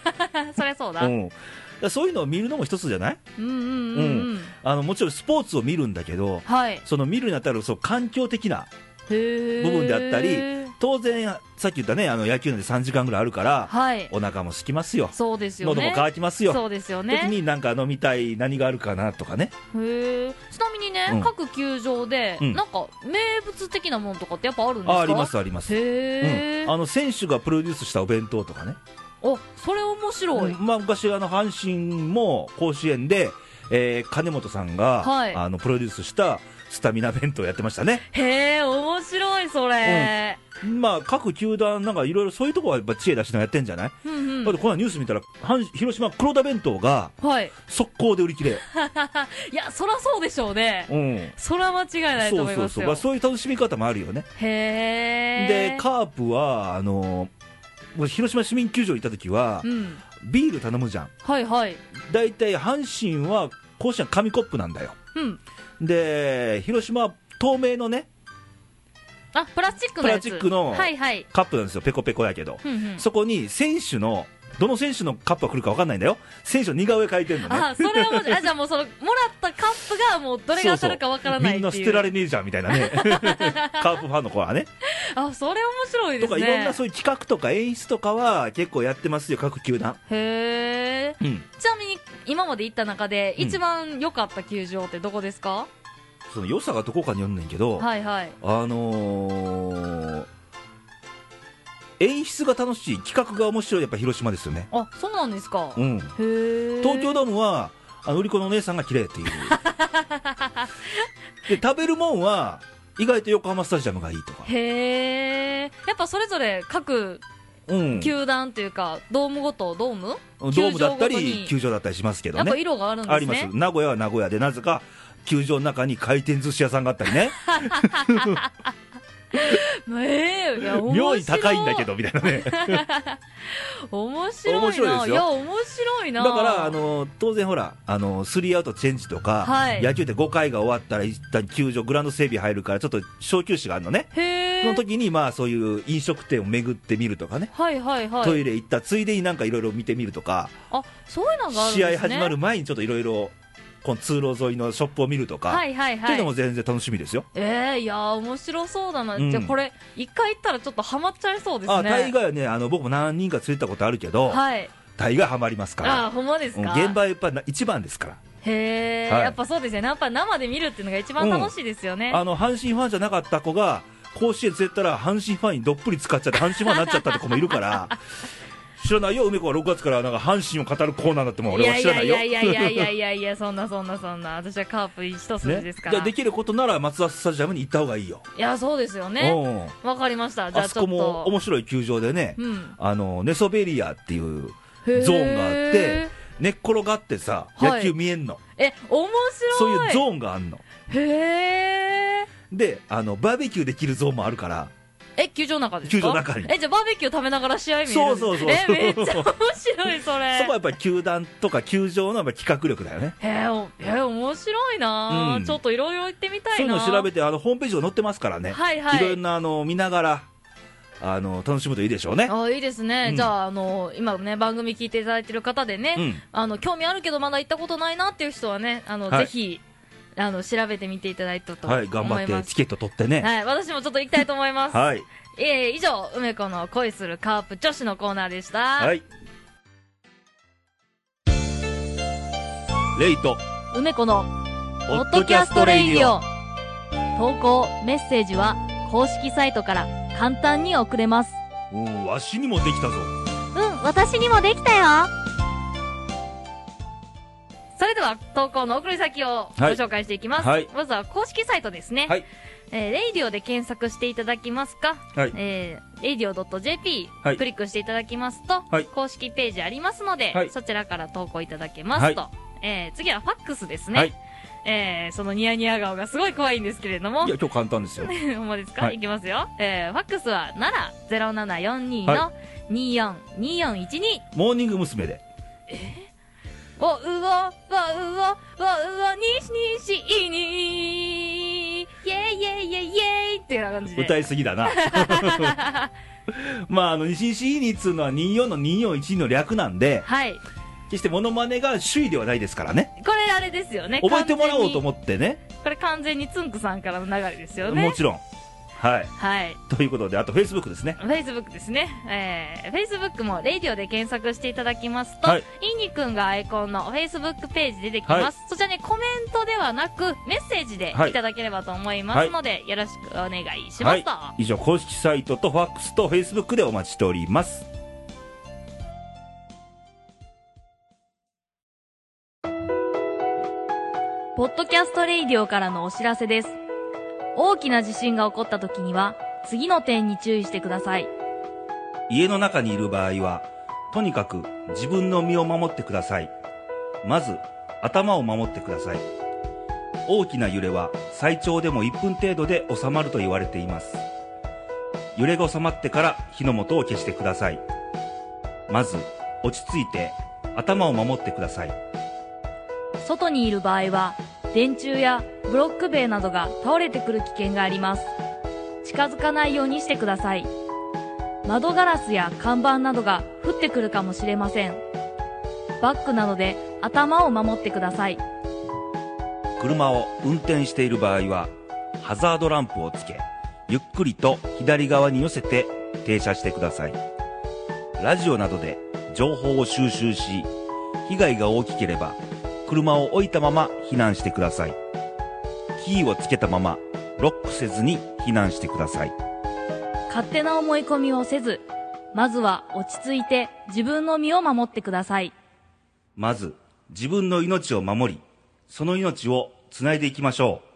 [SPEAKER 2] そりゃそうだ、
[SPEAKER 1] う
[SPEAKER 2] うん、
[SPEAKER 1] ん、だからそういうのを見るのも一つじゃない
[SPEAKER 2] うんうんうん、うん、
[SPEAKER 1] あのもちろんスポーツを見るんだけど
[SPEAKER 2] はいへ
[SPEAKER 1] その見るにあたるそう環境的な
[SPEAKER 2] え
[SPEAKER 1] 部分であったり当然さっき言ったねあの野球なんて3時間ぐらいあるから
[SPEAKER 2] はい
[SPEAKER 1] お腹も空きますよ
[SPEAKER 2] そうですよね
[SPEAKER 1] 喉も乾きますよ
[SPEAKER 2] そうですよ
[SPEAKER 1] 時
[SPEAKER 2] ね
[SPEAKER 1] になんか飲みたい何があるかなとかね
[SPEAKER 2] へえちなみにね、
[SPEAKER 1] うん
[SPEAKER 2] 各球場で、
[SPEAKER 1] うん
[SPEAKER 2] なんか名物的なものとかってやっぱあるんですか
[SPEAKER 1] あありますあります、
[SPEAKER 2] へえ、
[SPEAKER 1] うん、あの選手がプロデュースしたお弁当とかね
[SPEAKER 2] おそれ面白い、
[SPEAKER 1] うんまあ、昔、あの阪神も甲子園で、えー金本さんが、
[SPEAKER 2] はい
[SPEAKER 1] あのプロデュースしたスタミナ弁当やってましたね、
[SPEAKER 2] へえ面白いそれ、
[SPEAKER 1] まあ、各球団、なんかいろいろそういうところはやっぱ知恵出しながらやってんじゃない、
[SPEAKER 2] うんうん
[SPEAKER 1] だってこのニュース見たら、阪広島黒田弁当が
[SPEAKER 2] はい
[SPEAKER 1] 速攻で売り切れ、
[SPEAKER 2] いやそらそうでし ょうね、
[SPEAKER 1] うん、
[SPEAKER 2] そら間違いないと
[SPEAKER 1] そう
[SPEAKER 2] 思い
[SPEAKER 1] そう
[SPEAKER 2] ます
[SPEAKER 1] そう、ま
[SPEAKER 2] よ
[SPEAKER 1] あ、そういう楽しみ方もあるよね、
[SPEAKER 2] へえ
[SPEAKER 1] でカープはあの僕広島市民球場行った時は、
[SPEAKER 2] うん
[SPEAKER 1] ビール頼むじゃん、
[SPEAKER 2] はいはい
[SPEAKER 1] 大体阪神は甲子園、紙コップなんだよ。
[SPEAKER 2] うん
[SPEAKER 1] で広島は透明のね
[SPEAKER 2] あプラスチックのやつ
[SPEAKER 1] プラスチックの
[SPEAKER 2] はいはい
[SPEAKER 1] カップなんですよペコペコやけど、
[SPEAKER 2] うんうん
[SPEAKER 1] そこに選手のどの選手のカップが来るか分かんないんだよ選手の似顔絵描いてるのね
[SPEAKER 2] あそれは面白いあじゃあもうそのもらったカップがもうどれが当たるかわからないっていう
[SPEAKER 1] そうそうみんな捨てられねえじゃんみたいな ねカープファンの子はね
[SPEAKER 2] あそれ面白いで
[SPEAKER 1] と
[SPEAKER 2] す
[SPEAKER 1] か
[SPEAKER 2] ね
[SPEAKER 1] いろんなそういう企画とか演出とかは結構やってますよ各球団
[SPEAKER 2] へえ
[SPEAKER 1] うん
[SPEAKER 2] ちなみに今まで行った中で
[SPEAKER 1] うん
[SPEAKER 2] 一番良かった球場ってどこですか、
[SPEAKER 1] その良さがどこかによんねんけど、
[SPEAKER 2] はいはい
[SPEAKER 1] あのー演出が楽しい企画が面白いやっぱ広島ですよね
[SPEAKER 2] あそうなんですか、
[SPEAKER 1] う
[SPEAKER 2] へ
[SPEAKER 1] ん
[SPEAKER 2] え
[SPEAKER 1] 東京ドームはあの売り子のお姉さんが綺麗 っていうで食べるもんは意外と横浜スタジアムがいいとか、
[SPEAKER 2] へえやっぱそれぞれ各
[SPEAKER 1] うん、ド
[SPEAKER 2] 球団というか、ドームごとドーム、
[SPEAKER 1] ームだった
[SPEAKER 2] 球場ごとに
[SPEAKER 1] り球場だったりしますけ
[SPEAKER 2] や
[SPEAKER 1] ど
[SPEAKER 2] っぱ
[SPEAKER 1] ね
[SPEAKER 2] 色があるんですね
[SPEAKER 1] あります名古屋は名古屋でなぜか球場の中に回転寿司屋さんがあったりね
[SPEAKER 2] ええい や面
[SPEAKER 1] 妙
[SPEAKER 2] 白い
[SPEAKER 1] に高いんだけどみたいなね
[SPEAKER 2] 面白いな
[SPEAKER 1] 面白いですよ
[SPEAKER 2] や面白い
[SPEAKER 1] だ
[SPEAKER 2] な
[SPEAKER 1] からあの当然ほらあのスリーアウトチェンジとか、
[SPEAKER 2] はい
[SPEAKER 1] 野球で5回が終わったら一旦球場グラウンド整備入るからちょっと小休止があるのね
[SPEAKER 2] へえ
[SPEAKER 1] その時にまあそういう飲食店を巡ってみるとかね
[SPEAKER 2] はいはいはい
[SPEAKER 1] トイレ行ったついでになんかいろいろ見てみるとか、
[SPEAKER 2] あそういうのがあるんです、ね、
[SPEAKER 1] 試合始まる前にちょっといろいろこの通路沿いのショップを見るとか、
[SPEAKER 2] はいは
[SPEAKER 1] っ
[SPEAKER 2] い
[SPEAKER 1] て
[SPEAKER 2] はいいう
[SPEAKER 1] のも全然楽しみですよ。
[SPEAKER 2] えー、いやー面白そうだな、
[SPEAKER 1] うん
[SPEAKER 2] じゃあこれ一回行ったらちょっとハマっちゃいそうですね
[SPEAKER 1] あ大概はねあの僕も何人か連れてったことあるけど、
[SPEAKER 2] はい
[SPEAKER 1] 大概ハマりますから
[SPEAKER 2] あーほんまです
[SPEAKER 1] うん
[SPEAKER 2] か
[SPEAKER 1] 現場はやっぱな一番ですから、
[SPEAKER 2] へえ、
[SPEAKER 1] はい
[SPEAKER 2] やっぱそうですよねやっぱ生で見るっていうのが一番楽しいですよね、
[SPEAKER 1] あの阪神ファンじゃなかった子が甲子園連れてったら阪神ファンにどっぷり使っちゃって阪神ファンになっちゃったって子もいるから 知らないよ梅子は6月からなんか阪神を語るコーナーだってもう
[SPEAKER 2] い
[SPEAKER 1] 俺は
[SPEAKER 2] やい
[SPEAKER 1] 知ら
[SPEAKER 2] や
[SPEAKER 1] ない
[SPEAKER 2] い
[SPEAKER 1] よ
[SPEAKER 2] やいやいやいやいやいやそんなそんなそんな私はカープ一筋
[SPEAKER 1] ねじ
[SPEAKER 2] ですか
[SPEAKER 1] ゃ
[SPEAKER 2] ら、
[SPEAKER 1] あできることなら松田スタジアムに行った方がいいよ、
[SPEAKER 2] いやそうですよね
[SPEAKER 1] うん
[SPEAKER 2] わかりましたじゃ
[SPEAKER 1] あ
[SPEAKER 2] あち
[SPEAKER 1] そ
[SPEAKER 2] ょ
[SPEAKER 1] こ
[SPEAKER 2] っ
[SPEAKER 1] も
[SPEAKER 2] と
[SPEAKER 1] 面白い球場でね、
[SPEAKER 2] うん
[SPEAKER 1] あのネソベリアっていう
[SPEAKER 2] ゾ
[SPEAKER 1] ゾーンがあって寝っ転がってさ
[SPEAKER 2] はい
[SPEAKER 1] 野球見えんの、
[SPEAKER 2] え面
[SPEAKER 1] そう
[SPEAKER 2] 白い
[SPEAKER 1] いうゾーンがあんの
[SPEAKER 2] へー
[SPEAKER 1] であのバーベキューできるゾーンもあるから
[SPEAKER 2] え球場の中ですか
[SPEAKER 1] 球場の中に
[SPEAKER 2] えじゃあバーベキュー食べながら試合見れる
[SPEAKER 1] そうそうそう
[SPEAKER 2] えめっちゃ面白いそれ
[SPEAKER 1] そこはやっぱり球団とか球場のやっぱ企画力だよね
[SPEAKER 2] へえおへえ面白いな、
[SPEAKER 1] うん
[SPEAKER 2] ちょっといろいろ行ってみた
[SPEAKER 1] そうい
[SPEAKER 2] いうな
[SPEAKER 1] のを調べてあのホームページが載ってますからね、
[SPEAKER 2] はいはい
[SPEAKER 1] ろんなあの見ながらあの楽しむといいでしょうね
[SPEAKER 2] あいいですね、
[SPEAKER 1] うん
[SPEAKER 2] じゃああの今ね番組聞いていただいてる方でね、
[SPEAKER 1] うん
[SPEAKER 2] あの興味あるけどまだ行ったことないなっていう人はねあの、
[SPEAKER 1] はい
[SPEAKER 2] ぜひあの調べてみていただいたと思
[SPEAKER 1] はいい頑張っ
[SPEAKER 2] ま
[SPEAKER 1] て
[SPEAKER 2] す
[SPEAKER 1] チケット取ってね
[SPEAKER 2] はい、私もちょっと行きたいと思います、
[SPEAKER 1] はい
[SPEAKER 2] えー以上梅子の恋するカープ女子のコーナーでした、
[SPEAKER 1] はいレイト
[SPEAKER 2] 梅子の
[SPEAKER 1] ポ
[SPEAKER 2] ポッドキャストレイディオ。投稿、メッセージは、公式サイトから簡単に送れます。
[SPEAKER 1] うんわしにもできたぞ
[SPEAKER 2] うん、私にもできたよ。それでは、投稿の送り先をご紹介していきます。
[SPEAKER 1] はい
[SPEAKER 2] まずは、公式サイトですね。
[SPEAKER 1] はい
[SPEAKER 2] えーレイディオで検索していただきますか、
[SPEAKER 1] はい
[SPEAKER 2] えー、radio.jp、
[SPEAKER 1] はい
[SPEAKER 2] クリックしていただきますと、
[SPEAKER 1] はい
[SPEAKER 2] 公式ページありますので、
[SPEAKER 1] はい
[SPEAKER 2] そちらから投稿いただけますと。えー次はファックスですね。
[SPEAKER 1] はい
[SPEAKER 2] えーそのニヤニヤ顔がすごい怖いんですけれども
[SPEAKER 1] いや、今日簡単ですよ
[SPEAKER 2] ほんまですか、、
[SPEAKER 1] はいい
[SPEAKER 2] きますよ。えーファックスは、なら、0742
[SPEAKER 1] は
[SPEAKER 2] の242412。
[SPEAKER 1] モーニング娘。で
[SPEAKER 2] お、うお、わ、うお、わ、うお、にしにし、いにイェイイェイイェイイェイってな感じで。
[SPEAKER 1] 歌いすぎだ なまああの西西にっつうのは24の2412の略なんで
[SPEAKER 2] はい。
[SPEAKER 1] 決してモノマネが首位ではないですからね
[SPEAKER 2] これあれですよね。
[SPEAKER 1] 覚えてもらおうと
[SPEAKER 2] 完
[SPEAKER 1] 思ってね
[SPEAKER 2] 全にこれ完全につんくさんからの流れですよ
[SPEAKER 1] も
[SPEAKER 2] ね。
[SPEAKER 1] ちろんはい
[SPEAKER 2] はい。
[SPEAKER 1] ということであとフェイスブックですね
[SPEAKER 2] Facebook ですね。えー、Facebook もレイディオで検索していただきますと、
[SPEAKER 1] はい
[SPEAKER 2] い、イニくんがアイコンの Facebook ページ出てきます。そちらね、コメントではなく、メッセージで
[SPEAKER 1] はい
[SPEAKER 2] いただければと思いますので、よろしくお願いしま
[SPEAKER 1] は
[SPEAKER 2] す
[SPEAKER 1] い
[SPEAKER 2] と。
[SPEAKER 1] 以上公式サイトとファックスとフェイスブックでお待ちしております
[SPEAKER 2] ポッドキャストレイディオからのお知らせです。大きな地震が起こった時には、次の点に注意してください。
[SPEAKER 1] 家の中にいる場合はとにかく自分の身を守ってくださいまず頭を守ってください大きな揺れは最長でも1分程度で収まると言われています揺れが収まってから火の元を消してくださいまず落ち着いて頭を守ってください
[SPEAKER 2] 外にいる場合は、電柱やブロック塀などが倒れてくる危険があります。近づかないようにしてください。窓ガラスや看板などが降ってくるかもしれません。バッグなどで頭を守ってください。
[SPEAKER 1] 車を運転している場合はハザードランプをつけゆっくりと左側に寄せて停車してくださいラジオなどで情報を収集し被害が大きければ車を置いたまま避難してくださいキーをつけたままロックせずに避難してください
[SPEAKER 2] 勝手な思い込みをせず、まずは落ち着いて自分の身を守ってください。
[SPEAKER 1] まず自分の命を守りその命をつないでいきましょう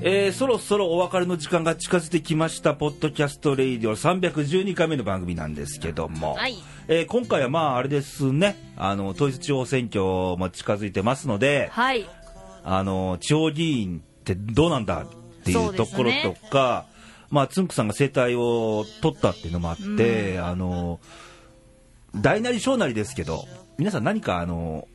[SPEAKER 1] えーそろそろお別れの時間が近づいてきました、ポッドキャストレイディオ312回目の番組なんですけども、
[SPEAKER 2] はい
[SPEAKER 1] えー今回はまあ、あれですね、あの統一地方選挙も近づいてますので、
[SPEAKER 2] はい。
[SPEAKER 1] あの地方議員ってどうなんだってい
[SPEAKER 2] そう
[SPEAKER 1] う
[SPEAKER 2] で
[SPEAKER 1] と
[SPEAKER 2] す
[SPEAKER 1] ころ
[SPEAKER 2] ね
[SPEAKER 1] とか、まあ、つんくさんが生態を取ったっていうのもあって、あの大なり小なりですけど、皆さん、何かあの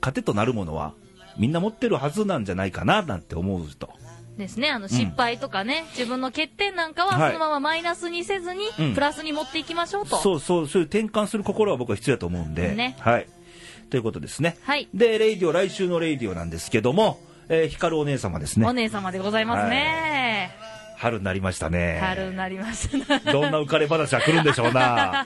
[SPEAKER 1] 糧となるものは、みんな持ってるはずなんじゃないかななんて思うと、
[SPEAKER 2] ですね、あの失敗とかね、自分の欠点なんかは
[SPEAKER 1] はい
[SPEAKER 2] そのままマイナスにせずに、
[SPEAKER 1] うん
[SPEAKER 2] プラスに持っていきましょうと。
[SPEAKER 1] そうそう、そういう転換する心は僕は必要だと思うんで。
[SPEAKER 2] ね
[SPEAKER 1] はい。ということですね。
[SPEAKER 2] はい
[SPEAKER 1] で、レイディオ、来週のレイディオなんですけども、えー、光るお姉様です
[SPEAKER 2] お
[SPEAKER 1] ね。
[SPEAKER 2] 姉様でございますね。
[SPEAKER 1] 春になりましたね。
[SPEAKER 2] 春になりましたね。
[SPEAKER 1] どんな浮かれ話が来るんでしょう な。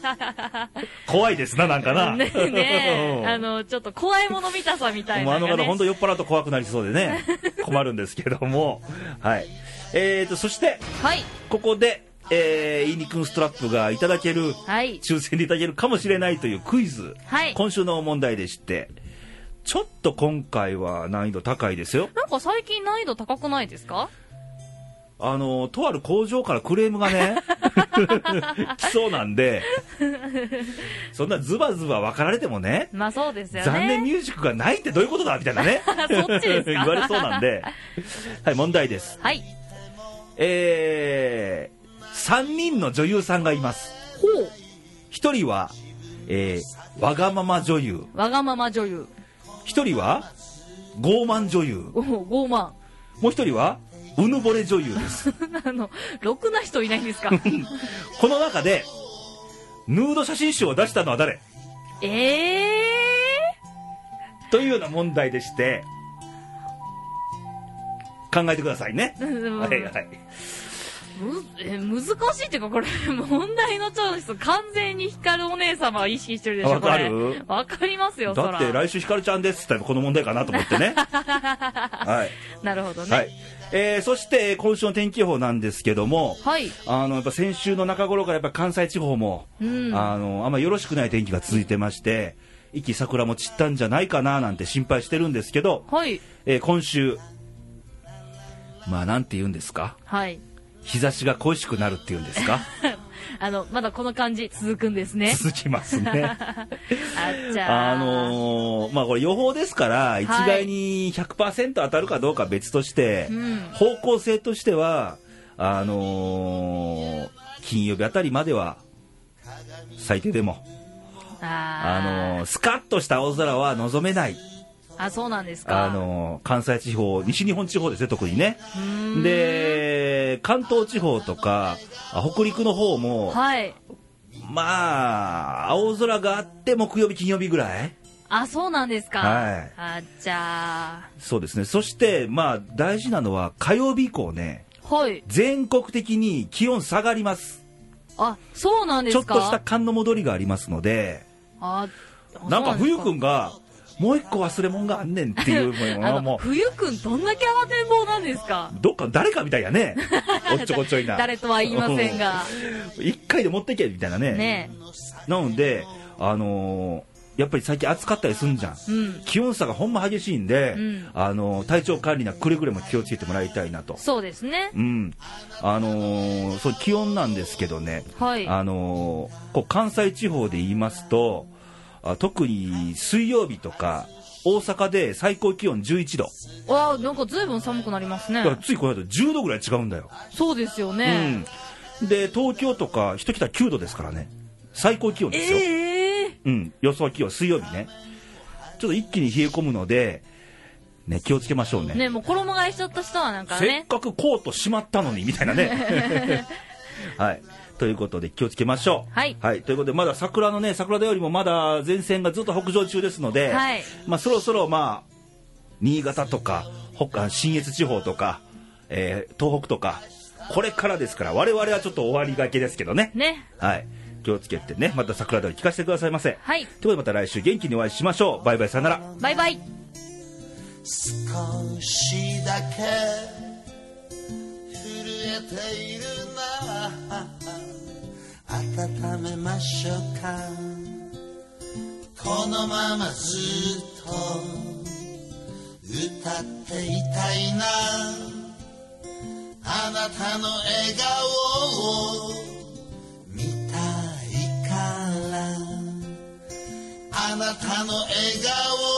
[SPEAKER 1] 怖いですな、なんかな。
[SPEAKER 2] ねね
[SPEAKER 1] うん
[SPEAKER 2] あの、ちょっと怖いもの見たさみたい
[SPEAKER 1] もう
[SPEAKER 2] な
[SPEAKER 1] あ
[SPEAKER 2] の
[SPEAKER 1] の
[SPEAKER 2] が、
[SPEAKER 1] 方、本
[SPEAKER 2] ね。
[SPEAKER 1] 当酔っ払うと怖くなりそうで ね、困るんですけども。はい。えーと、そして、
[SPEAKER 2] はい。
[SPEAKER 1] ここで、えー、イニくんストラップがいただける、
[SPEAKER 2] はい。
[SPEAKER 1] 抽選でいただけるかもしれないというクイズ。
[SPEAKER 2] はい
[SPEAKER 1] 今週の問題でして、ちょっと今回は難易度高いですよ。
[SPEAKER 2] なんか最近難易度高くないですか
[SPEAKER 1] あの、とある工場からクレームが ね、来そうなんで、そんなズバズバ分かられてもね、
[SPEAKER 2] まあそうですよね。
[SPEAKER 1] 残念ミュージックがないってどういうことだみたいなね
[SPEAKER 2] そっちですか
[SPEAKER 1] 言われそうなんで、はい、問題です
[SPEAKER 2] はい。
[SPEAKER 1] えー、3人の女優さんがいます
[SPEAKER 2] ほう。
[SPEAKER 1] 1人は、えー、わがまま女優
[SPEAKER 2] わがまま女優。
[SPEAKER 1] 1人は傲慢女優
[SPEAKER 2] おお、傲慢。
[SPEAKER 1] もう1人はうぬぼれ女優です
[SPEAKER 2] あの、ろくな人いないん ですか
[SPEAKER 1] この中でヌード写真集を出したのは誰
[SPEAKER 2] ええ
[SPEAKER 1] というような問題でして考えてくださいね、
[SPEAKER 2] ー。
[SPEAKER 1] はいはい
[SPEAKER 2] むえ難しいっていうか、これ、 問題の調子と完全に光るお姉様を意識してるでしょ、
[SPEAKER 1] わかる
[SPEAKER 2] これわかりますよ、そ
[SPEAKER 1] だ
[SPEAKER 2] ら
[SPEAKER 1] っ。て来週ひかるちゃんですって言ったらこの問題かなと思って ねはい
[SPEAKER 2] なるほどね。
[SPEAKER 1] はい、えーそして今週の天気予報なんですけども、
[SPEAKER 2] はい。
[SPEAKER 1] あのやっぱ先週の中頃からやっぱ関西地方も、
[SPEAKER 2] うん
[SPEAKER 1] あのあんまよろしくない天気が続いてまして一気桜も散ったんじゃないかななんて心配してるんですけど、
[SPEAKER 2] はい。
[SPEAKER 1] えー今週まあなんて言うんですか
[SPEAKER 2] はい。
[SPEAKER 1] 日差しが恋しくなるっていうん ですか
[SPEAKER 2] あの、まだこの感じ続くんで すね。
[SPEAKER 1] 続きますね
[SPEAKER 2] あっちゃー。
[SPEAKER 1] あのーまあこれ予報ですから一概に100%当たるかどうかは別として、
[SPEAKER 2] うん。
[SPEAKER 1] 方向性としてはあのー金曜日あたりまでは最低でも、あ
[SPEAKER 2] あー
[SPEAKER 1] のースカッとした青空は望めない、
[SPEAKER 2] あ、そうなんですか。
[SPEAKER 1] あのー関西地方西日本地方ですね特にね
[SPEAKER 2] うーん、
[SPEAKER 1] で関東地方とかあ北陸の方も、
[SPEAKER 2] はい。
[SPEAKER 1] まあ青空があって木曜日金曜日ぐらい
[SPEAKER 2] あ、そうなんですか。
[SPEAKER 1] はい
[SPEAKER 2] あっちゃ
[SPEAKER 1] そうですねそしてまあ大事なのは火曜日以降ね
[SPEAKER 2] ー。はい。
[SPEAKER 1] 全国的に気温下がります
[SPEAKER 2] あ、そうなんで
[SPEAKER 1] ちょ
[SPEAKER 2] す
[SPEAKER 1] っ
[SPEAKER 2] か。
[SPEAKER 1] とした寒の戻りがありますので、
[SPEAKER 2] ああ
[SPEAKER 1] なんか冬く
[SPEAKER 2] ん
[SPEAKER 1] んが、もう一個忘れ物があんねんっていうもの
[SPEAKER 2] あ
[SPEAKER 1] は
[SPEAKER 2] の
[SPEAKER 1] も
[SPEAKER 2] 冬くんどんだけ慌てんぼうなんですか
[SPEAKER 1] う、どっか誰かみたいや ね。おっちょこちょいな。
[SPEAKER 2] 誰とは言いませんが
[SPEAKER 1] うん。一回で持ってけみたいなね。
[SPEAKER 2] ね
[SPEAKER 1] なので、あのーやっぱり最近暑かったりすんじゃん。
[SPEAKER 2] えうん
[SPEAKER 1] 気温差がほんま激しいんで、
[SPEAKER 2] うん
[SPEAKER 1] あのー体調管理なくれぐれも気をつけてもらいたいなと。
[SPEAKER 2] そうですね
[SPEAKER 1] うん。あのーそう、気温なんですけどね、
[SPEAKER 2] はい
[SPEAKER 1] あのーこう関西地方で言いますとあ特に水曜日とか大阪で最高気温11度
[SPEAKER 2] わあなんかずいぶん寒くなりますね
[SPEAKER 1] だからついこの間10度ぐらい違うんだよ、
[SPEAKER 2] そうですよね、
[SPEAKER 1] うん、で東京とか1桁9度ですからね最高気温ですよ、
[SPEAKER 2] ええ
[SPEAKER 1] うん、予想気温水曜日ねちょっと一気に冷え込むので、ね、気をつけましょうね
[SPEAKER 2] ねもう衣替えしちゃった人はなんか
[SPEAKER 1] せっ
[SPEAKER 2] ね
[SPEAKER 1] かくコートしまったのにみたいなね はいということで気をつけましょう
[SPEAKER 2] はい
[SPEAKER 1] はい、ということでまだ桜のね桜田よりもまだ前線がずっと北上中ですので、
[SPEAKER 2] はい
[SPEAKER 1] まあ、そろそろまあ新潟とか北信越地方とか、えー東北とかこれからですから我々はちょっと終わりがけですけどね
[SPEAKER 2] ね
[SPEAKER 1] はい気をつけてねまた桜田を聞かせてくださいませ
[SPEAKER 2] はい
[SPEAKER 1] ということでまた来週元気にお会いしましょうバイバイさよなら
[SPEAKER 2] バイバイ
[SPEAKER 3] 少しだけ震えているな温めましょうかこのままずっと歌っていたいなあなたの笑顔を見たいからあなたの笑顔